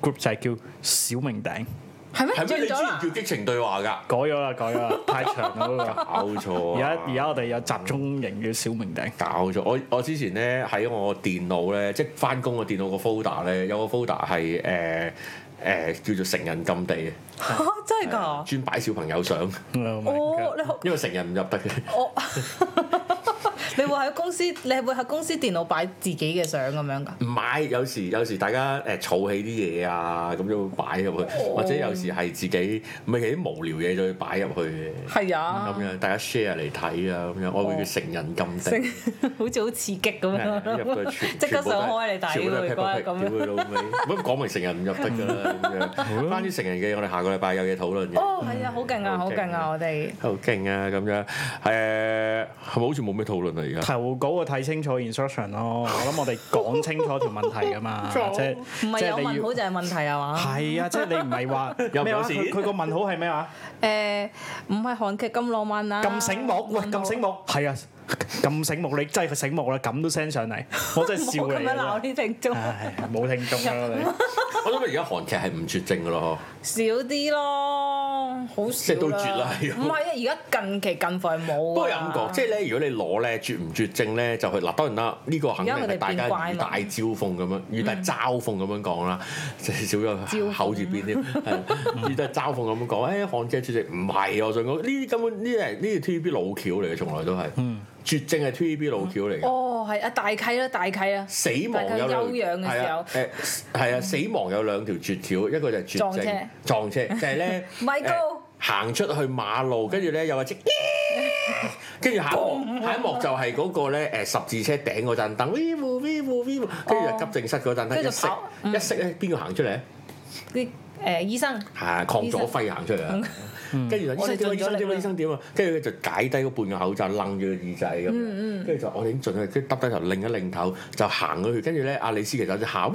[SPEAKER 3] 個 group 就係叫小明頂，
[SPEAKER 2] 係咩？
[SPEAKER 1] 係咩？你之
[SPEAKER 2] 轉咗
[SPEAKER 1] 前
[SPEAKER 2] 啦 <laughs>
[SPEAKER 1] 叫？激情對話㗎？
[SPEAKER 3] 改咗啦，改咗啦，太長啦
[SPEAKER 1] <laughs>
[SPEAKER 3] 嗰個。
[SPEAKER 1] 搞錯
[SPEAKER 3] <laughs> 而
[SPEAKER 1] 啊！
[SPEAKER 3] 家而家我哋有集中營叫小明頂，
[SPEAKER 1] 搞咗！我我之前咧喺我電腦咧，即係翻工個電腦個 folder 咧，有個 folder 係誒誒叫做成人禁地嘅，
[SPEAKER 2] 嚇！真係㗎？
[SPEAKER 1] 專擺小朋友相， <laughs>
[SPEAKER 3] 嗯啊
[SPEAKER 2] 哦，你好
[SPEAKER 1] 因為成人唔入得嘅。
[SPEAKER 2] 我。 <laughs> 你會喺公司，你係會喺公司電腦擺自己嘅相咁樣㗎？
[SPEAKER 1] 唔買有時有時大家誒儲起啲嘢啊，咁就擺入去，
[SPEAKER 3] 哦
[SPEAKER 1] 或者有時係自己唔係其實啲無聊嘢就會擺入去嘅，
[SPEAKER 2] 係啊，哦
[SPEAKER 1] 咁樣大家 share 嚟睇啊，咁樣我會叫成人禁地。
[SPEAKER 2] <laughs> 好似好刺激咁 <laughs>
[SPEAKER 1] 係啊入到去
[SPEAKER 2] 樣，
[SPEAKER 1] 全
[SPEAKER 2] 即刻
[SPEAKER 1] 全部都係
[SPEAKER 2] 想開嚟睇
[SPEAKER 1] 全部都係
[SPEAKER 2] 喎，如果係
[SPEAKER 1] paper
[SPEAKER 2] 咁
[SPEAKER 1] pick，
[SPEAKER 2] 樣。
[SPEAKER 1] 屌佢老
[SPEAKER 2] <laughs>
[SPEAKER 1] 味，咁講明成人唔入得㗎啦咁樣。關於成人嘅，我哋下個禮拜有嘢討論嘅。
[SPEAKER 2] 哦，係啊，好勁啊，好勁啊，我哋
[SPEAKER 1] 好勁啊！咁樣誒，係咪好似冇咩討論啊？而家。
[SPEAKER 3] 投稿啊，睇清楚 instruction 咯。我諗我哋講清楚條問題
[SPEAKER 2] <laughs>
[SPEAKER 3] 噶嘛，即係即
[SPEAKER 2] 唔係有
[SPEAKER 3] 係你
[SPEAKER 2] 問
[SPEAKER 3] 要
[SPEAKER 2] 好就係問題係嘛？
[SPEAKER 3] 係啊，即係你唔
[SPEAKER 1] <laughs>
[SPEAKER 3] 係話
[SPEAKER 1] 有唔
[SPEAKER 3] 咩
[SPEAKER 1] 有
[SPEAKER 3] 話？
[SPEAKER 1] 事
[SPEAKER 3] 佢佢個問號係咩啊話？
[SPEAKER 2] 誒，唔係韓劇咁浪漫啊！
[SPEAKER 3] 咁醒目，喂，
[SPEAKER 2] 問號
[SPEAKER 3] 咁醒目，係啊，咁醒目，你真係佢醒目啦，咁都 send 上 <laughs> 嚟，我真係笑
[SPEAKER 2] 唔好咁
[SPEAKER 3] 你
[SPEAKER 2] 樣鬧
[SPEAKER 3] 啊。
[SPEAKER 2] 啲聽眾，
[SPEAKER 3] 唉，冇聽眾啦你。
[SPEAKER 1] 我諗而家韓劇係唔絕症噶咯，
[SPEAKER 2] 少啲咯，好
[SPEAKER 1] 即
[SPEAKER 2] 少
[SPEAKER 1] 係都絕啦係啊
[SPEAKER 2] 唔係啊，而家近期近快冇。啊
[SPEAKER 1] 不過有咁講，即係咧，如果你攞咧絕唔絕症咧，就去嗱當然啦，呢、個肯定係大家語大招諷咁樣，語大嘲諷咁樣講啦，即係少咗口字邊添，係語大嘲諷咁樣講，誒、哎韓劇絕症唔係，我想講呢啲根本呢啲係呢啲 TVB 老橋嚟嘅，從來都係、絕症係 TVB 老橋嚟嘅。
[SPEAKER 2] 哦，係啊，大契啦，大契啊，
[SPEAKER 1] 死亡有
[SPEAKER 2] 大家休養
[SPEAKER 1] 兩
[SPEAKER 2] 嘅時候嗯
[SPEAKER 1] 係啊誒係啊，死亡有兩條絕橋，一個就係絕
[SPEAKER 2] 撞車
[SPEAKER 1] 症撞車，就係
[SPEAKER 2] <laughs>
[SPEAKER 1] 咧
[SPEAKER 2] Michael
[SPEAKER 1] 誒行出去馬
[SPEAKER 2] 嗯
[SPEAKER 1] 路，跟住咧有個
[SPEAKER 2] <laughs>
[SPEAKER 1] 即，跟住下一幕下一幕就係嗰個咧誒十字車頂嗰陣燈，跟住就急症室嗰陣燈
[SPEAKER 2] 跟
[SPEAKER 1] 一
[SPEAKER 2] 住
[SPEAKER 1] 熄
[SPEAKER 2] 跑嗯
[SPEAKER 1] 一熄咧，邊個行出嚟咧？
[SPEAKER 2] 啲誒醫生
[SPEAKER 1] 係抗左輝行出嚟啊！ <laughs> 跟住就醫
[SPEAKER 2] 我
[SPEAKER 1] 生
[SPEAKER 2] 哋
[SPEAKER 1] 點啊？
[SPEAKER 2] 盡
[SPEAKER 1] 醫生
[SPEAKER 2] 咗
[SPEAKER 1] 點
[SPEAKER 2] 力
[SPEAKER 1] 啊？
[SPEAKER 2] 啦
[SPEAKER 1] 醫生點啊？跟住佢就解低嗰半個口罩，楞住個耳仔咁
[SPEAKER 2] 嗯
[SPEAKER 1] 樣。跟住就我哋已經盡力，跟住耷低頭擰一擰頭，就行咗去。跟住咧，阿李思琪就隻
[SPEAKER 2] <laughs>
[SPEAKER 1] 喊。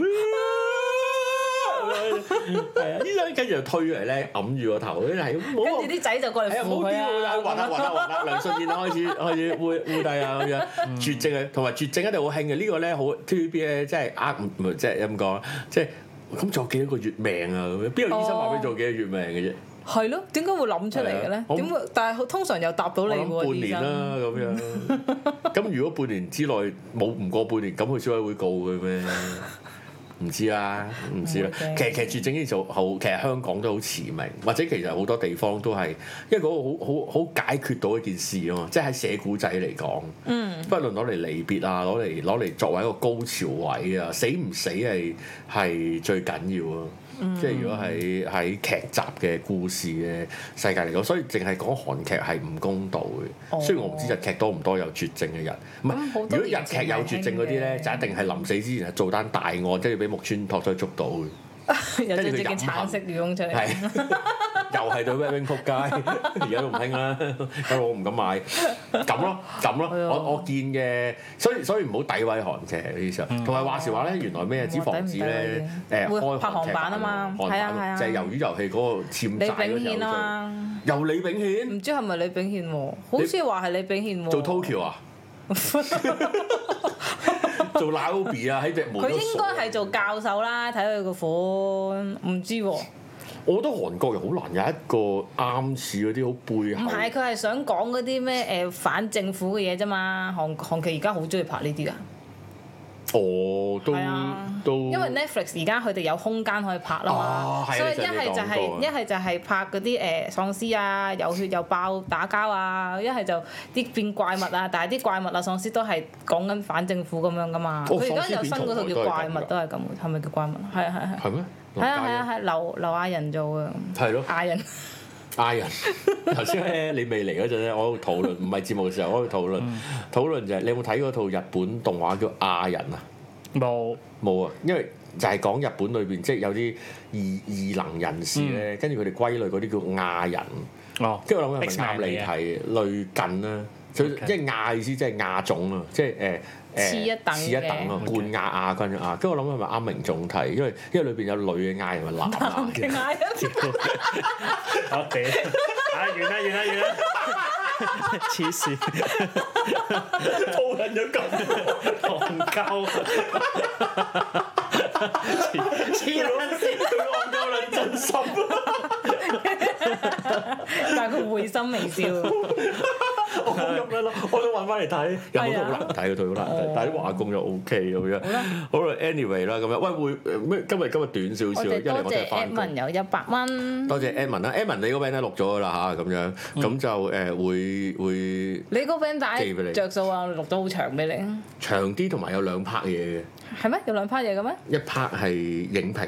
[SPEAKER 1] 係啊！醫生跟住就推嚟咧，揞住個頭，跟住係冇
[SPEAKER 2] 跟住啲仔 <laughs> 就過嚟
[SPEAKER 1] 係啊，
[SPEAKER 2] 扶
[SPEAKER 1] 冇
[SPEAKER 2] 佢
[SPEAKER 1] 啲喎，
[SPEAKER 2] 啊，
[SPEAKER 1] 暈啊暈啊
[SPEAKER 2] <laughs>
[SPEAKER 1] 暈啊！梁信燕啊開始開始烏烏低啊咁樣，
[SPEAKER 2] 嗯
[SPEAKER 1] 絕症啊，同埋絕症一定好興嘅。呢個咧好 TVB 咧，即係呃唔唔即係咁講，即係咁仲有幾多個月命啊咁樣？邊有醫生話俾你做幾多月命嘅啫？
[SPEAKER 2] 係咯，點解會諗出嚟嘅
[SPEAKER 1] 係啊
[SPEAKER 2] 咧？
[SPEAKER 1] 我
[SPEAKER 2] 點會？但係通常又答到
[SPEAKER 1] 我
[SPEAKER 2] 你
[SPEAKER 1] 諗
[SPEAKER 2] 喎，
[SPEAKER 1] 半
[SPEAKER 2] 醫
[SPEAKER 1] 年
[SPEAKER 2] <laughs> 生。
[SPEAKER 1] 啦咁
[SPEAKER 2] <laughs>
[SPEAKER 1] 樣。咁如果半年之內冇唔過半年，咁佢消委會告佢咩？唔知啦，唔知
[SPEAKER 2] <laughs>
[SPEAKER 1] 啦
[SPEAKER 2] 唔會。嘅
[SPEAKER 1] 其實其實絕症呢就好，其實香港都好馳名，或者其實好多地方都係，因為嗰個好好好解決到一件事啊嘛，即係喺寫古仔嚟講，嗯，不論攞嚟離別啊，攞嚟攞嚟作為一個高潮位啊，死唔死係係最緊要啊。
[SPEAKER 2] 嗯
[SPEAKER 1] 即係如果喺喺劇集嘅故事嘅世界嚟講，所以淨係講韓劇係唔公道嘅。
[SPEAKER 2] 哦
[SPEAKER 1] 雖然我唔知日劇多唔多有絕症嘅人，唔係
[SPEAKER 2] 咁好
[SPEAKER 1] 如
[SPEAKER 2] 多
[SPEAKER 1] 果日
[SPEAKER 2] 年
[SPEAKER 1] 劇
[SPEAKER 2] 前
[SPEAKER 1] 有
[SPEAKER 2] 係
[SPEAKER 1] 絕症嗰啲咧，
[SPEAKER 2] 興嘅
[SPEAKER 1] 就一定係臨死之前係做單大案，跟住俾木村拓哉捉到嘅。
[SPEAKER 2] 有
[SPEAKER 1] 跟
[SPEAKER 2] 隻
[SPEAKER 1] 住佢
[SPEAKER 2] 隻嘅
[SPEAKER 1] 飲
[SPEAKER 2] 橙色羽絨出嚟。
[SPEAKER 1] 係
[SPEAKER 2] <laughs>
[SPEAKER 1] 又係對 w e d d i n g 撲街，而家都唔興啦，因為我唔敢買，咁咯咁咯，
[SPEAKER 2] 係啊
[SPEAKER 1] 我我見嘅，所以所以唔好詆毀韓劇呢啲時候，同埋話時話咧，原來咩紙房子咧，誒
[SPEAKER 2] 嗯會
[SPEAKER 1] 開
[SPEAKER 2] 拍
[SPEAKER 1] 韓劇
[SPEAKER 2] 韓版啊嘛
[SPEAKER 1] 韓
[SPEAKER 2] 係啊係
[SPEAKER 1] 版
[SPEAKER 2] 啊
[SPEAKER 1] 就係魷魚遊戲嗰個欠
[SPEAKER 2] 李
[SPEAKER 1] 債嗰
[SPEAKER 2] 炳
[SPEAKER 1] 時
[SPEAKER 2] 憲
[SPEAKER 1] 候
[SPEAKER 2] 啊
[SPEAKER 1] 做，
[SPEAKER 2] 嘛，
[SPEAKER 1] 由李炳憲
[SPEAKER 2] 唔知係咪李炳憲喎？好似話係李炳憲喎。
[SPEAKER 1] 做 Tokyo 啊，做 Nairobi
[SPEAKER 2] <laughs>
[SPEAKER 1] 啊，喺隻門
[SPEAKER 2] 佢
[SPEAKER 1] 度
[SPEAKER 2] 應
[SPEAKER 1] 數啊
[SPEAKER 2] 該係做教授啦，睇佢個款，唔知喎。
[SPEAKER 1] 我覺得韓國人好難有一個啱似嗰啲好背
[SPEAKER 2] 唔
[SPEAKER 1] 後。
[SPEAKER 2] 係，佢係想講嗰啲咩誒反政府嘅嘢啫嘛。韓韓劇而家好中意拍呢啲噶，
[SPEAKER 1] 哦，都
[SPEAKER 2] 係啊
[SPEAKER 1] 都，
[SPEAKER 2] 因為 Netflix 而家佢哋有空間可以拍啦
[SPEAKER 1] 哦
[SPEAKER 2] 嘛，
[SPEAKER 1] 係啊
[SPEAKER 2] 所以
[SPEAKER 1] 你
[SPEAKER 2] 一
[SPEAKER 1] 上次
[SPEAKER 2] 係就
[SPEAKER 1] 講
[SPEAKER 2] 係、
[SPEAKER 1] 過啊
[SPEAKER 2] 一係就係拍嗰啲誒喪屍啊，有血有爆打交啊，一係就啲變怪物啊，但係啲怪物啊喪屍都係講緊反政府咁樣噶嘛。
[SPEAKER 1] 哦
[SPEAKER 2] 佢而家有新嗰套
[SPEAKER 1] 喪屍片
[SPEAKER 2] 叫怪物
[SPEAKER 1] 從來
[SPEAKER 2] 都係咁，係咪叫怪物？係啊係啊係啊。
[SPEAKER 1] 係咩？
[SPEAKER 2] 係啊係啊係劉劉亞仁做嘅，
[SPEAKER 1] 係咯，
[SPEAKER 2] 亞仁
[SPEAKER 1] 嗌
[SPEAKER 3] <laughs>
[SPEAKER 1] 人。頭先咧，你未嚟嗰陣咧，我喺度討論，唔係節目嘅時候，我喺度討論，
[SPEAKER 3] 嗯
[SPEAKER 1] 討論就係你有冇睇嗰套日本動畫叫《亞人》啊？
[SPEAKER 3] 冇
[SPEAKER 1] 冇啊，因為就係講日本裏邊即係有啲異異能人士
[SPEAKER 3] 嗯
[SPEAKER 1] 咧，跟住佢哋歸類嗰啲叫亞人，
[SPEAKER 3] 哦，
[SPEAKER 1] 跟住我諗係咪啱
[SPEAKER 3] X-Men
[SPEAKER 1] 你啊
[SPEAKER 3] 嚟嘅 <laughs>
[SPEAKER 1] 睇類近啦？佢
[SPEAKER 3] OK
[SPEAKER 1] 即係亞意思即係亞種啊，即係誒誒
[SPEAKER 2] 次一等
[SPEAKER 1] 次一等啊，
[SPEAKER 3] 嘅
[SPEAKER 1] 冠亞亞軍亞，跟住我諗係咪啱明眾睇？因為因為裏邊有女嘅亞同埋男
[SPEAKER 2] <laughs>
[SPEAKER 3] <laughs>
[SPEAKER 1] 亞啊嘅。
[SPEAKER 2] 亞仁。
[SPEAKER 3] 我屌！啊，完啦完啦完啦！黐 <laughs> 線，
[SPEAKER 1] 鋪緊咗咁，
[SPEAKER 3] 戇鳩，
[SPEAKER 1] 佢戇
[SPEAKER 3] 黐黐撚線，
[SPEAKER 1] 鳩撚真心。
[SPEAKER 2] 但係佢會心微笑，
[SPEAKER 1] 我咁啦，我想揾翻嚟睇，有好多
[SPEAKER 2] 啊
[SPEAKER 1] 好難睇嘅，佢好難
[SPEAKER 2] 哦
[SPEAKER 1] 睇，但係啲畫工就 O K 咁樣。好啦，anyway 啦，咁樣，喂會咩？今日今日短少
[SPEAKER 2] 我
[SPEAKER 1] 少，
[SPEAKER 2] 哋
[SPEAKER 1] 因為
[SPEAKER 2] 多
[SPEAKER 1] 我真
[SPEAKER 2] 謝
[SPEAKER 1] 係翻工
[SPEAKER 2] Edmond。有一百蚊，
[SPEAKER 1] 多謝 Edmond 啦，Edmond 你嗰 band 咧錄咗啦嚇，咁樣
[SPEAKER 2] 嗯
[SPEAKER 1] 咁就誒會會
[SPEAKER 2] 你嗰 band
[SPEAKER 1] 寄俾你
[SPEAKER 2] 帶着數啊，我錄咗好長俾你，
[SPEAKER 1] 長啲，同埋有兩 part 嘢嘅，
[SPEAKER 2] 係咩？有兩 part 嘢嘅咩？
[SPEAKER 1] 一 part 係影評，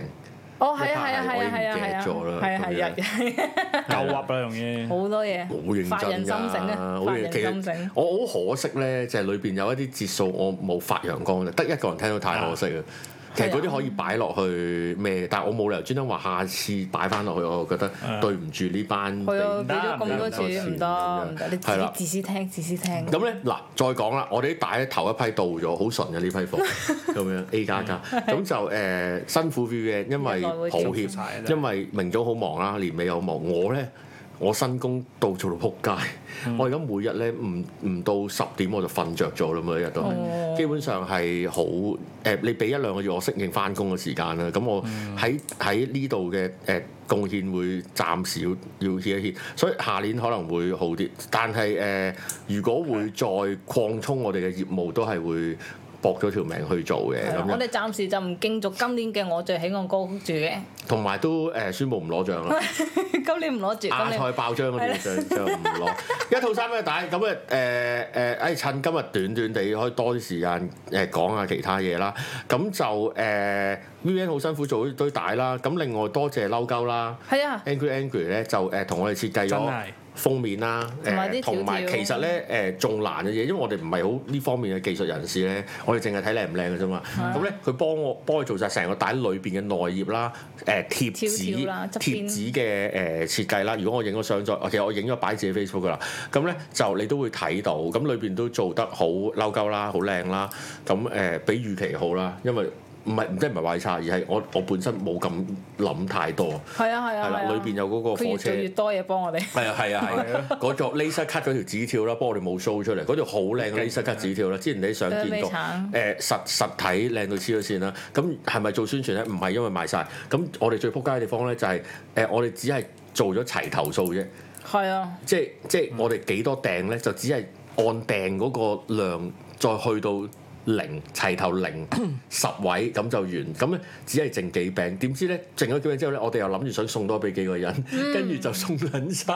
[SPEAKER 2] 哦，係
[SPEAKER 1] 一 part
[SPEAKER 2] 啊，係啊，
[SPEAKER 1] 係
[SPEAKER 2] 係
[SPEAKER 1] 我已經
[SPEAKER 2] 啊，係啊，係啊，
[SPEAKER 1] 記咗啦
[SPEAKER 2] 係啊，係啊
[SPEAKER 1] 咁
[SPEAKER 2] <laughs> 係啊，
[SPEAKER 3] <laughs> 夠噏啦容易。
[SPEAKER 2] 好多嘢，
[SPEAKER 1] 好認
[SPEAKER 2] 發人
[SPEAKER 1] 真
[SPEAKER 2] 心醒啊，
[SPEAKER 1] 㗎，好
[SPEAKER 2] 發
[SPEAKER 1] 認
[SPEAKER 2] 人
[SPEAKER 1] 其
[SPEAKER 2] 心
[SPEAKER 1] 實
[SPEAKER 2] 醒。
[SPEAKER 1] 我好可惜咧，就係裏邊有一啲節數我冇發揚光，得一個人聽到太可惜啊！其實嗰啲可以擺落去咩？但係我冇理由專登話下次擺翻落去，我覺得對唔住呢班
[SPEAKER 2] 係啊，
[SPEAKER 1] 俾
[SPEAKER 2] 俾咗咁多錢唔得唔得，你自
[SPEAKER 1] 係啦
[SPEAKER 2] 己自私聽自私聽。
[SPEAKER 1] 咁咧嗱，再講啦，我哋啲大咧頭一批到咗，好順嘅呢批
[SPEAKER 2] <laughs>
[SPEAKER 1] 貨咁樣 A 加加，咁就誒、呃辛苦啲嘅，因為
[SPEAKER 2] 一嗯來會
[SPEAKER 1] 抱
[SPEAKER 3] 做
[SPEAKER 1] 歉
[SPEAKER 3] 晒，
[SPEAKER 1] 因為明早好忙啦，年尾又忙，我咧。我新工到做到撲街，
[SPEAKER 2] 嗯
[SPEAKER 1] 我而家每日咧唔唔到十點我就瞓着咗啦，每一日都係，
[SPEAKER 2] 哦
[SPEAKER 1] 基本上係好誒、呃你俾一兩個月我適應翻工嘅時間啦，咁我
[SPEAKER 2] 嗯
[SPEAKER 1] 喺喺呢度嘅誒貢獻會暫時要要 hea 一 hea，所以下年可能會好啲，但係誒、呃如果會再擴充我哋嘅業務，都係會搏咗條命去做嘅
[SPEAKER 2] 係
[SPEAKER 1] 咁
[SPEAKER 2] 啦
[SPEAKER 1] 樣
[SPEAKER 2] 我。哋暫時就唔競逐今年嘅我最喜愛歌曲住嘅， <laughs>
[SPEAKER 1] 同埋都誒、呃宣布唔攞獎啦，
[SPEAKER 2] 今年唔攞住，今
[SPEAKER 1] 亞
[SPEAKER 2] 年
[SPEAKER 1] 賽爆張嗰啲獎就唔攞一套三一帶咁啊誒誒誒，誒趁今日短短地可以多啲時間誒講下其他嘢啦。咁就誒 V N 好辛苦做呢堆帶啦，咁另外多謝嬲鳩啦。
[SPEAKER 2] 係啊，
[SPEAKER 1] Angry Angry 咧就誒同我哋設計
[SPEAKER 3] 真
[SPEAKER 1] 咗
[SPEAKER 3] 係
[SPEAKER 1] 封面啦，
[SPEAKER 2] 同埋啲
[SPEAKER 1] 誒
[SPEAKER 2] 條條
[SPEAKER 1] 同埋其實咧誒呃仲難嘅嘢，因為我哋唔係好呢方面嘅技術人士咧，我哋淨係睇靚唔靚嘅啫嘛。咁咧佢幫我幫佢做晒成個帶裏邊嘅內頁啦，誒貼
[SPEAKER 2] 條條
[SPEAKER 1] 紙
[SPEAKER 2] 啦側邊
[SPEAKER 1] 貼紙嘅誒呃設計啦。如果我影咗相再，其實我影咗擺自己 Facebook 噶啦。咁咧就你都會睇到，咁裏邊都做得好嬲鳩啦，好靚啦，咁誒比預期好啦，因為。唔係唔即係唔係壞差，而係我我本身冇咁諗太多。
[SPEAKER 2] 係啊係啊，
[SPEAKER 1] 係啦，
[SPEAKER 2] 係啊
[SPEAKER 1] 裏邊有嗰個
[SPEAKER 2] 佢
[SPEAKER 1] 火
[SPEAKER 2] 越
[SPEAKER 1] 車
[SPEAKER 2] 做。越多嘢幫我哋，
[SPEAKER 1] 係啊係啊係啊！嗰座 laser cut 嗰條紙條啦，不過我哋冇 show 出嚟，嗰條好靚嘅 laser cut 紙條啦，
[SPEAKER 2] 嗯
[SPEAKER 1] 之前你想見
[SPEAKER 2] 咩
[SPEAKER 1] 過，
[SPEAKER 2] 橙
[SPEAKER 1] 誒實實體靚到黐咗線啦。咁係咪做宣傳咧？唔係因為賣晒。咁我哋最撲街嘅地方咧就係誒，我哋只係做咗齊頭數啫，
[SPEAKER 2] 係啊，
[SPEAKER 1] 即係即係我哋幾多訂咧，就只係按訂嗰個量再去到。零齊頭零十位咁就完，咁咧只係剩幾餅，點知咧剩咗幾餅之後咧，我哋又諗住想送多俾幾個人，跟住就送撚晒。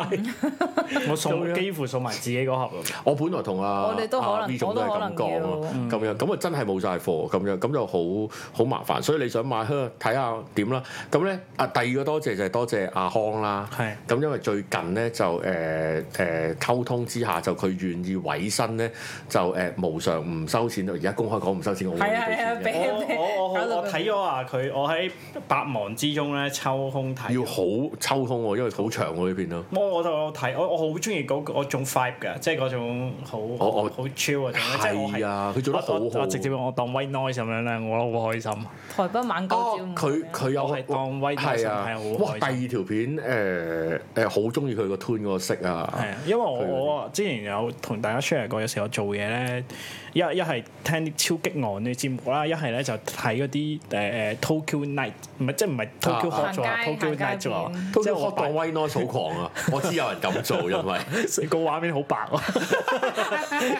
[SPEAKER 3] 我
[SPEAKER 1] 做
[SPEAKER 3] 送
[SPEAKER 1] 咗
[SPEAKER 3] 幾乎送埋自己嗰盒
[SPEAKER 1] 我本來同阿
[SPEAKER 2] 我哋都可能
[SPEAKER 1] 阿 V 總都係咁講咯，咁
[SPEAKER 3] 嗯
[SPEAKER 1] 樣咁啊真係冇晒貨咁樣，咁就好好麻煩。所以你想買，呵睇下點啦。咁咧啊，第二個多謝就係多謝阿康啦。
[SPEAKER 3] 係
[SPEAKER 1] 咁，因為最近咧就誒誒、溝通之下，就佢願意委身咧，就誒、無償唔收錢。而家公開講唔收錢，我冇
[SPEAKER 2] 係啊係啊，
[SPEAKER 1] 俾錢嘅
[SPEAKER 2] 俾
[SPEAKER 3] 我
[SPEAKER 2] 俾
[SPEAKER 3] 我
[SPEAKER 2] 搞
[SPEAKER 3] 我
[SPEAKER 2] 到
[SPEAKER 3] 我睇咗啊佢，我喺百忙之中咧抽空睇。
[SPEAKER 1] 要好抽空喎，因為好長喎呢邊都。
[SPEAKER 3] 我我就睇我我好中意嗰個嗰種 vibe 㗎，即係嗰種好
[SPEAKER 1] 我
[SPEAKER 3] 好 chill 嗰種咧，即係我
[SPEAKER 1] 係
[SPEAKER 3] 係
[SPEAKER 1] 啊，佢做得好
[SPEAKER 3] 我我
[SPEAKER 1] 好
[SPEAKER 3] 我。直接我當 white noise 咁樣咧，我都好開心。
[SPEAKER 2] 台北晚高
[SPEAKER 1] 哦
[SPEAKER 2] 照，
[SPEAKER 1] 佢佢有啊
[SPEAKER 3] 我係當威爾森係好
[SPEAKER 1] 哇！
[SPEAKER 3] 開心
[SPEAKER 1] 第二條片誒誒好中意佢個 tone 嗰個色
[SPEAKER 3] 係
[SPEAKER 1] 啊，
[SPEAKER 3] 啊，因為我
[SPEAKER 1] 佢嗰啲
[SPEAKER 3] 我之前有同大家 share 過，有時我做嘢咧，一一係聽啲超激昂嘅節目啦，一係咧就睇嗰啲誒誒 Tokyo Night，唔係即係唔係 Tokyo
[SPEAKER 1] 啊
[SPEAKER 3] Hot 咗啦
[SPEAKER 2] 行街
[SPEAKER 3] ，Tokyo Night 咗啦
[SPEAKER 2] 行街片，
[SPEAKER 1] 都即
[SPEAKER 3] 即係
[SPEAKER 1] 我
[SPEAKER 3] 我
[SPEAKER 1] 當
[SPEAKER 3] 白
[SPEAKER 1] 威 noise 好狂
[SPEAKER 3] <laughs>
[SPEAKER 1] 啊！我知有人咁做，因為
[SPEAKER 3] 個畫面好白咯，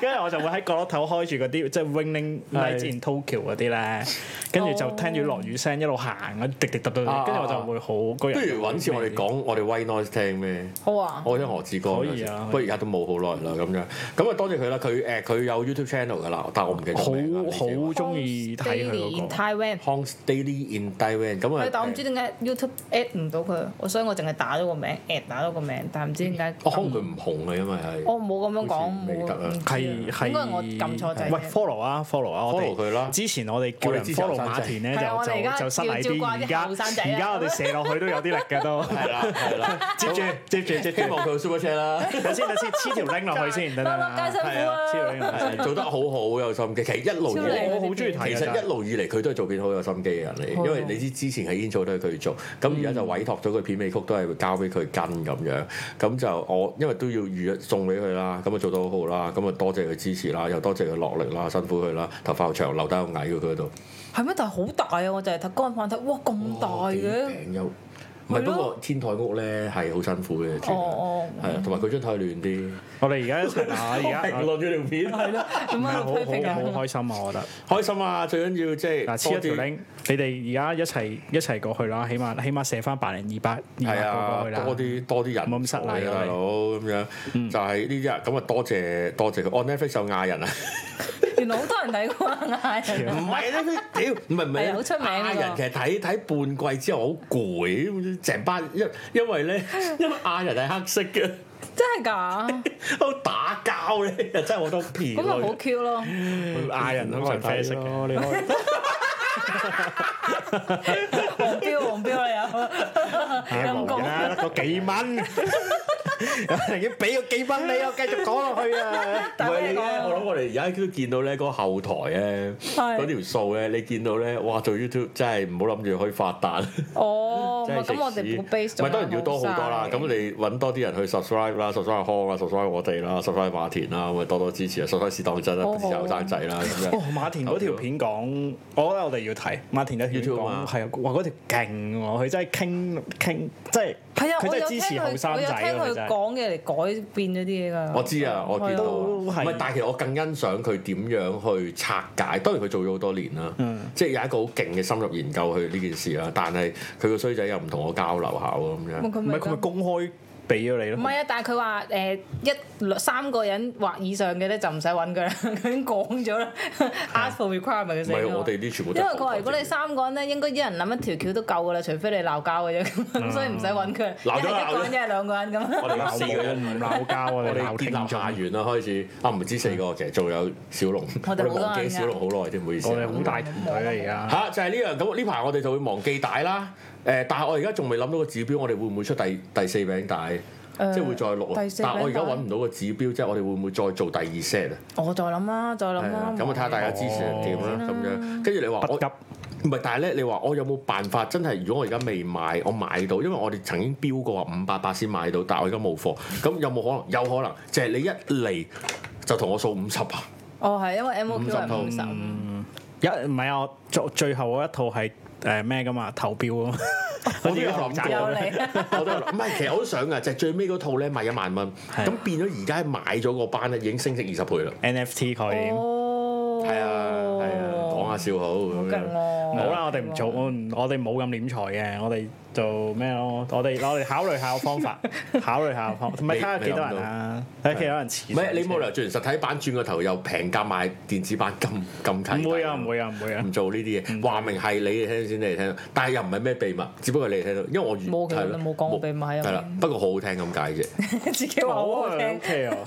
[SPEAKER 3] 跟住我就會喺角落頭開住嗰啲即係 Winning Night
[SPEAKER 1] 係
[SPEAKER 3] in Tokyo 嗰啲咧，跟住就聽住落雨聲一路行啊，滴滴答答，
[SPEAKER 1] 啊
[SPEAKER 3] 跟住我就會好個
[SPEAKER 1] 不
[SPEAKER 3] 人。
[SPEAKER 1] 如揾次我哋講我哋威 noise 聽咩？
[SPEAKER 2] 好啊，
[SPEAKER 1] 我聽何志剛
[SPEAKER 3] 可以啊
[SPEAKER 1] 不過而家都冇好耐啦咁樣。咁啊多謝佢啦，佢誒佢有 YouTube channel 噶啦，但係我唔記得個名啦你
[SPEAKER 3] 好
[SPEAKER 1] 自己
[SPEAKER 3] 好
[SPEAKER 1] 話
[SPEAKER 3] 中意睇佢嗰個。
[SPEAKER 2] Taiwan。
[SPEAKER 1] Hong's Daily in Taiwan 咁啊
[SPEAKER 2] 係，，但我唔知點解 YouTube at 唔到佢，我所以我淨係打咗個名 at 打咗個名，但唔知點解
[SPEAKER 1] 哦可能佢唔紅啊，因為係
[SPEAKER 2] 我冇咁樣
[SPEAKER 1] 好
[SPEAKER 2] 講，
[SPEAKER 1] 似未
[SPEAKER 2] 冇
[SPEAKER 1] 得啊
[SPEAKER 2] 唔知啊
[SPEAKER 3] 係係
[SPEAKER 2] 應該係我撳錯掣
[SPEAKER 3] 喂
[SPEAKER 2] 啫。
[SPEAKER 3] follow 啊 follow 啊我哋
[SPEAKER 1] Follow 佢啦
[SPEAKER 3] 之前我哋叫人
[SPEAKER 1] 我哋之前有
[SPEAKER 3] follow
[SPEAKER 1] 生仔
[SPEAKER 3] 馬田咧就
[SPEAKER 2] 係啊我哋而家
[SPEAKER 3] 就就失禮
[SPEAKER 2] 要照
[SPEAKER 3] 啲，
[SPEAKER 2] 慣啲
[SPEAKER 3] 而家
[SPEAKER 2] 後生仔啊
[SPEAKER 3] 而家我哋射落去都有啲力嘅都。
[SPEAKER 1] 係啦係
[SPEAKER 3] <laughs>
[SPEAKER 1] 啦，
[SPEAKER 3] 接住接住接住
[SPEAKER 1] 希，望佢有 super chat 啦。
[SPEAKER 3] 等先等先，黐條 link 落去先，等等
[SPEAKER 2] 得啦，家辛苦
[SPEAKER 1] 係啊
[SPEAKER 2] 啊！
[SPEAKER 3] 黐條 link 落去先
[SPEAKER 1] 係做得好好有心機，其實一路以
[SPEAKER 2] 超
[SPEAKER 1] 嚟
[SPEAKER 2] 靚。
[SPEAKER 3] 我好中意睇啊
[SPEAKER 1] 其
[SPEAKER 3] 真係
[SPEAKER 1] 實一路以嚟佢都係做片好有心機嘅人嚟，因為你知之前喺煙草都係佢做，咁而家就委託咗佢片尾曲都係交俾佢跟咁樣，咁就我因為都要預約送俾佢啦，咁啊做得好好啦，咁啊多謝佢支持啦，又多謝佢落力啦，辛苦佢啦，頭髮又長，留低又矮嘅佢嗰度，
[SPEAKER 2] 係咩？但係好大啊！我就係睇乾飯睇，哇咁大
[SPEAKER 1] 哇幾
[SPEAKER 2] 嘅，
[SPEAKER 1] 頂又唔係
[SPEAKER 2] 係咯
[SPEAKER 1] 不過天台屋咧係好辛苦嘅住得， <laughs>
[SPEAKER 2] 哦哦
[SPEAKER 1] 係啊，同埋佢張台亂啲，
[SPEAKER 3] 我哋而家一齊打，而家
[SPEAKER 1] 評論咗條片係咯，
[SPEAKER 2] 咁喺度批評
[SPEAKER 3] 好好
[SPEAKER 2] 啊！
[SPEAKER 3] 好開心啊！我覺得
[SPEAKER 1] 開心啊！最緊要即係
[SPEAKER 3] 嗱，黐
[SPEAKER 1] 多
[SPEAKER 3] 一條
[SPEAKER 1] 啲
[SPEAKER 3] link，你哋而家一齊一齊過去啦，起碼起碼射翻百零二百二
[SPEAKER 1] 係
[SPEAKER 3] 百個過去
[SPEAKER 1] 啊，
[SPEAKER 3] 啦。
[SPEAKER 1] 多啲多啲人
[SPEAKER 3] 冇咁失禮
[SPEAKER 1] 啊，
[SPEAKER 3] 啊嗯
[SPEAKER 1] 大佬咁樣，就係呢啲啊，咁啊多謝多謝佢。哦，Netflix 有亞
[SPEAKER 3] <laughs>
[SPEAKER 1] 人啊，
[SPEAKER 2] 原來好多人睇過啊！
[SPEAKER 1] 唔係 Netflix，屌唔係唔
[SPEAKER 2] 係啊好出名㗎
[SPEAKER 1] 亞人其實睇睇半季之後好攰，成班因因為咧， <laughs> 因為亞人係黑色嘅，
[SPEAKER 2] 真係㗎，
[SPEAKER 1] 都打交咧，真係好多片
[SPEAKER 2] 咁咪好
[SPEAKER 1] 咯。
[SPEAKER 2] Q 咯。
[SPEAKER 1] 亞人
[SPEAKER 3] 通常啡色嘅，你可以
[SPEAKER 2] 黃標黃標啦又，陰公
[SPEAKER 3] 啦，個幾蚊，已經俾咗幾蚊你，我繼續講落去啊！
[SPEAKER 1] 唔
[SPEAKER 2] 大家
[SPEAKER 1] 係你咧，
[SPEAKER 2] 講
[SPEAKER 1] 我諗我哋而家都見到咧，嗰個後台咧，
[SPEAKER 2] 係
[SPEAKER 1] 嗰條數咧，你見到咧，哇！做 YouTube 真係唔好諗住可以發達，
[SPEAKER 2] 哦，
[SPEAKER 1] 真係食
[SPEAKER 2] 咁我哋
[SPEAKER 1] 屎
[SPEAKER 2] 個 base
[SPEAKER 1] 唔係當然要多好多啦。咁你揾多啲人去 subscribe 啦，subscribe 阿康啊，subscribe 我哋啦，subscribe 馬田啦，咁啊多多支持啊，subscribe 是當真啦，
[SPEAKER 2] 好好
[SPEAKER 1] 支持後生仔啦咁
[SPEAKER 3] 哦
[SPEAKER 1] 樣。，
[SPEAKER 3] 馬田嗰條片講，我覺得我哋要睇馬田有條片
[SPEAKER 1] YouTube 啊
[SPEAKER 3] 講，係啊，哇嗰條勁喎，佢真係傾傾，即係
[SPEAKER 2] 係啊，
[SPEAKER 3] 佢
[SPEAKER 2] 我
[SPEAKER 3] 真
[SPEAKER 2] 有
[SPEAKER 3] 係
[SPEAKER 2] 聽
[SPEAKER 3] 支持後
[SPEAKER 2] 佢，我
[SPEAKER 3] 生
[SPEAKER 2] 有
[SPEAKER 3] 仔咯，佢
[SPEAKER 2] 聽
[SPEAKER 3] 真
[SPEAKER 2] 佢
[SPEAKER 3] 係。
[SPEAKER 2] 講嘅嚟改變咗啲嘢㗎。
[SPEAKER 1] 我知啊，我見到啊，唔
[SPEAKER 3] 都係
[SPEAKER 1] 係，但係其實我更欣賞佢點樣去拆解。當然佢做咗好多年啦，
[SPEAKER 3] 嗯
[SPEAKER 1] 即係有一個好勁嘅深入研究去呢件事啦。但係佢個衰仔又唔同我交流下喎咁樣。
[SPEAKER 2] 咁
[SPEAKER 3] 唔係佢咪公開俾咗你
[SPEAKER 2] 唔
[SPEAKER 3] 咯？
[SPEAKER 2] 係啊，但係佢話誒一兩三個人或以上嘅咧就唔使揾佢啦， <laughs> 佢已經講咗啦，ask for requirement 嘅
[SPEAKER 1] 唔
[SPEAKER 2] 成
[SPEAKER 1] 係我哋啲全部都
[SPEAKER 2] 啊因
[SPEAKER 1] 係
[SPEAKER 2] 為佢話如果
[SPEAKER 1] 後生仔
[SPEAKER 2] 你三個人咧，應該一人諗一條橋都夠㗎啦，除非你鬧交嘅啫，咁所以唔使揾佢。一
[SPEAKER 1] 鬧咗啦
[SPEAKER 2] 係一個人，一係兩個人咁。
[SPEAKER 1] 我哋四個人。
[SPEAKER 3] 唔鬧交啊！
[SPEAKER 1] 我
[SPEAKER 3] 我哋
[SPEAKER 1] 哋建
[SPEAKER 3] 鬧聽
[SPEAKER 1] 立
[SPEAKER 3] 眾
[SPEAKER 1] 下，緣啦，開始啊，唔止四個，其實仲有小龍，
[SPEAKER 2] 嗯我
[SPEAKER 1] 我
[SPEAKER 2] 哋
[SPEAKER 1] 哋
[SPEAKER 2] 好多
[SPEAKER 1] 忘記
[SPEAKER 2] 人㗎
[SPEAKER 1] 小龍好耐添，唔好意思
[SPEAKER 3] 我
[SPEAKER 1] 啊。
[SPEAKER 3] 哋好大團隊啊！而家
[SPEAKER 1] 嚇就係呢樣咁，呢排我哋就會忘記帶啦。誒，但係我而家仲未諗到個指標，我哋會唔會出第第四餅帶？即係會再錄啊
[SPEAKER 2] 第四餅帶
[SPEAKER 1] 但係我而家揾唔到個指標，即係我哋會唔會再做第二 set 啊？
[SPEAKER 2] 我再諗啦，再諗
[SPEAKER 1] 係
[SPEAKER 2] 啦
[SPEAKER 1] 啊。咁啊，睇下大家支持係點啦，咁樣。跟住你話
[SPEAKER 3] 不
[SPEAKER 1] 我
[SPEAKER 3] 急。
[SPEAKER 1] 唔係，但係咧，你話我有冇辦法真係？如果我而家未買，我買到，因為我哋曾經標過話五百八先買到，但係我而家冇貨，咁有冇可能？有可能，就係、你一嚟就同我數五十啊！
[SPEAKER 2] 哦，係因為 M O Q 係五
[SPEAKER 1] 五十
[SPEAKER 2] 十
[SPEAKER 1] 套
[SPEAKER 3] 一唔係啊，我最最後嗰一套係誒咩噶嘛？投票啊嘛，
[SPEAKER 1] <laughs> 我都有諗
[SPEAKER 2] 有
[SPEAKER 1] 過
[SPEAKER 2] 你。
[SPEAKER 1] <laughs> 我都有諗唔係，其實我都想㗎，就係、最尾嗰套咧賣一萬蚊，
[SPEAKER 3] 係
[SPEAKER 1] 咁變咗而家買咗個班咧已經升值二十倍啦。
[SPEAKER 3] NFT 概念。
[SPEAKER 2] 哦，
[SPEAKER 1] 係啊，係啊，講下笑好咁
[SPEAKER 2] 勁啊
[SPEAKER 1] 樣。
[SPEAKER 2] 咯。
[SPEAKER 3] 好啦，我哋唔做，我唔我哋冇咁斂財嘅，我哋就咩咯？我哋我哋考慮下個
[SPEAKER 2] <laughs>
[SPEAKER 3] 方法，考慮下個方法，同埋睇下幾多人啊？睇下幾多人持
[SPEAKER 1] 唔
[SPEAKER 3] 上車。
[SPEAKER 1] 係你冇理由做完實體版轉個頭又平價賣電子版 <laughs> 咁咁近。
[SPEAKER 3] 唔會啊，唔會啊，唔會啊
[SPEAKER 1] 唔。做呢啲嘢，話明係你哋聽先，你哋聽到，但係又唔係咩秘密，只不過你哋聽到，因為我原
[SPEAKER 2] 冇其實
[SPEAKER 1] 係咯
[SPEAKER 2] 你冇講過秘密喺入面
[SPEAKER 1] 係啦，不過好好聽咁解啫。
[SPEAKER 2] <laughs> 自己話好
[SPEAKER 3] 好
[SPEAKER 2] 好
[SPEAKER 3] 啊
[SPEAKER 2] 聽。
[SPEAKER 3] ，OK 啊，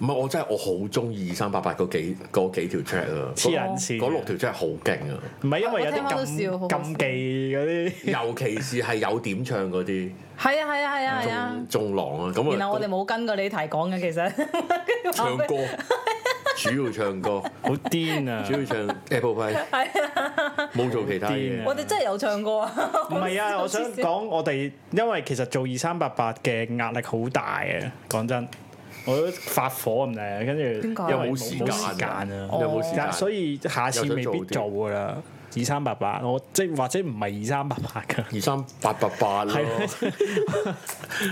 [SPEAKER 1] 唔係我真係我好中意二三八八嗰幾嗰幾條 track 啊，
[SPEAKER 3] 黐人線
[SPEAKER 1] 嗰六條 track 好勁啊，
[SPEAKER 3] 唔係因為有
[SPEAKER 2] 我聽翻都
[SPEAKER 3] 啲禁
[SPEAKER 2] 笑好好笑
[SPEAKER 3] 禁忌嗰啲。
[SPEAKER 1] 尤其是係有點唱嗰啲
[SPEAKER 2] 係啊係啊係啊係啊
[SPEAKER 1] 仲。仲狼啊，咁啊
[SPEAKER 2] 然後我哋冇跟過你提講嘅，其實跟住
[SPEAKER 1] <laughs>
[SPEAKER 2] 話
[SPEAKER 1] 唱歌，主要唱
[SPEAKER 2] <laughs>
[SPEAKER 1] 歌，
[SPEAKER 3] 好癲啊！
[SPEAKER 1] 主要唱 Apple Pie，
[SPEAKER 2] 係啊，
[SPEAKER 1] 冇做其他嘢
[SPEAKER 3] 癲。
[SPEAKER 2] 我哋真係有唱過啊！
[SPEAKER 1] <laughs>
[SPEAKER 3] 唔係啊，我想
[SPEAKER 2] 黐線
[SPEAKER 3] 講我哋，因為其實做二三八八嘅壓力好大嘅，講真，我都發火咁滯，啊跟
[SPEAKER 2] 點
[SPEAKER 3] 住
[SPEAKER 2] 解
[SPEAKER 3] 因為
[SPEAKER 1] 有冇
[SPEAKER 3] 冇
[SPEAKER 1] 時
[SPEAKER 3] 冇
[SPEAKER 1] 間
[SPEAKER 3] 時間
[SPEAKER 1] 啊？
[SPEAKER 3] 啊，
[SPEAKER 1] 有冇時間？
[SPEAKER 3] 所以下次未必
[SPEAKER 1] 又想
[SPEAKER 3] 做
[SPEAKER 1] 做
[SPEAKER 3] 噶啦。二三八八，我即係或者唔係二三八八噶，
[SPEAKER 1] 二三八八八咯，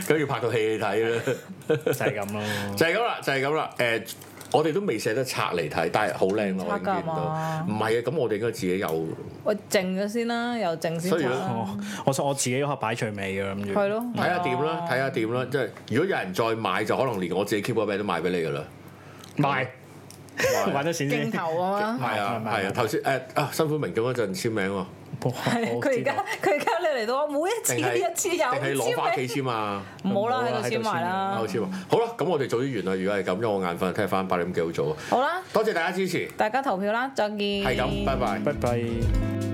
[SPEAKER 1] 咁要拍套戲你睇啦，
[SPEAKER 3] 就係咁咯。
[SPEAKER 1] 就係咁啦，就係咁啦。誒、我哋都未捨得拆嚟睇，但係好靚咯，我已經見
[SPEAKER 2] 拆㗎嘛哦
[SPEAKER 1] 到。唔係啊，咁我哋應該自己有，
[SPEAKER 2] 我靜咗先啦，又靜先
[SPEAKER 1] 所以
[SPEAKER 2] 拆
[SPEAKER 1] 如
[SPEAKER 2] 啦，
[SPEAKER 3] 我哦我想我自己可擺啊最尾嘅諗住。
[SPEAKER 2] 嗯係咯，
[SPEAKER 1] 睇下點
[SPEAKER 2] 哦
[SPEAKER 1] 啦，睇下點啦。即係如果有人再買，就可能連我自己 keep 嗰餅都賣俾你㗎啦。
[SPEAKER 3] 賣，
[SPEAKER 1] 賣
[SPEAKER 3] 玩咗錢
[SPEAKER 2] 鏡
[SPEAKER 3] 先。
[SPEAKER 2] 頭啊嘛。
[SPEAKER 1] 啊係啊，係啊，頭先誒啊，辛苦明咁嗰陣簽名喎，
[SPEAKER 3] 哇我
[SPEAKER 2] 佢而
[SPEAKER 3] 知道
[SPEAKER 2] 家佢而家你嚟到，我每一
[SPEAKER 1] <laughs>
[SPEAKER 2] 次
[SPEAKER 1] 定係
[SPEAKER 2] 一次有
[SPEAKER 1] 定係攞翻屋
[SPEAKER 2] 簽
[SPEAKER 1] 企簽啊？
[SPEAKER 2] 名，唔好啦，喺度簽埋啦
[SPEAKER 1] 好。簽啊！好啦，咁我哋早啲完啦。如果係咁，因為我眼瞓，聽日翻八點幾好早啊。
[SPEAKER 2] 好啦，
[SPEAKER 1] 多謝大家支持，
[SPEAKER 2] 大家投票啦，再見。
[SPEAKER 1] 係咁，拜拜。
[SPEAKER 3] 拜拜。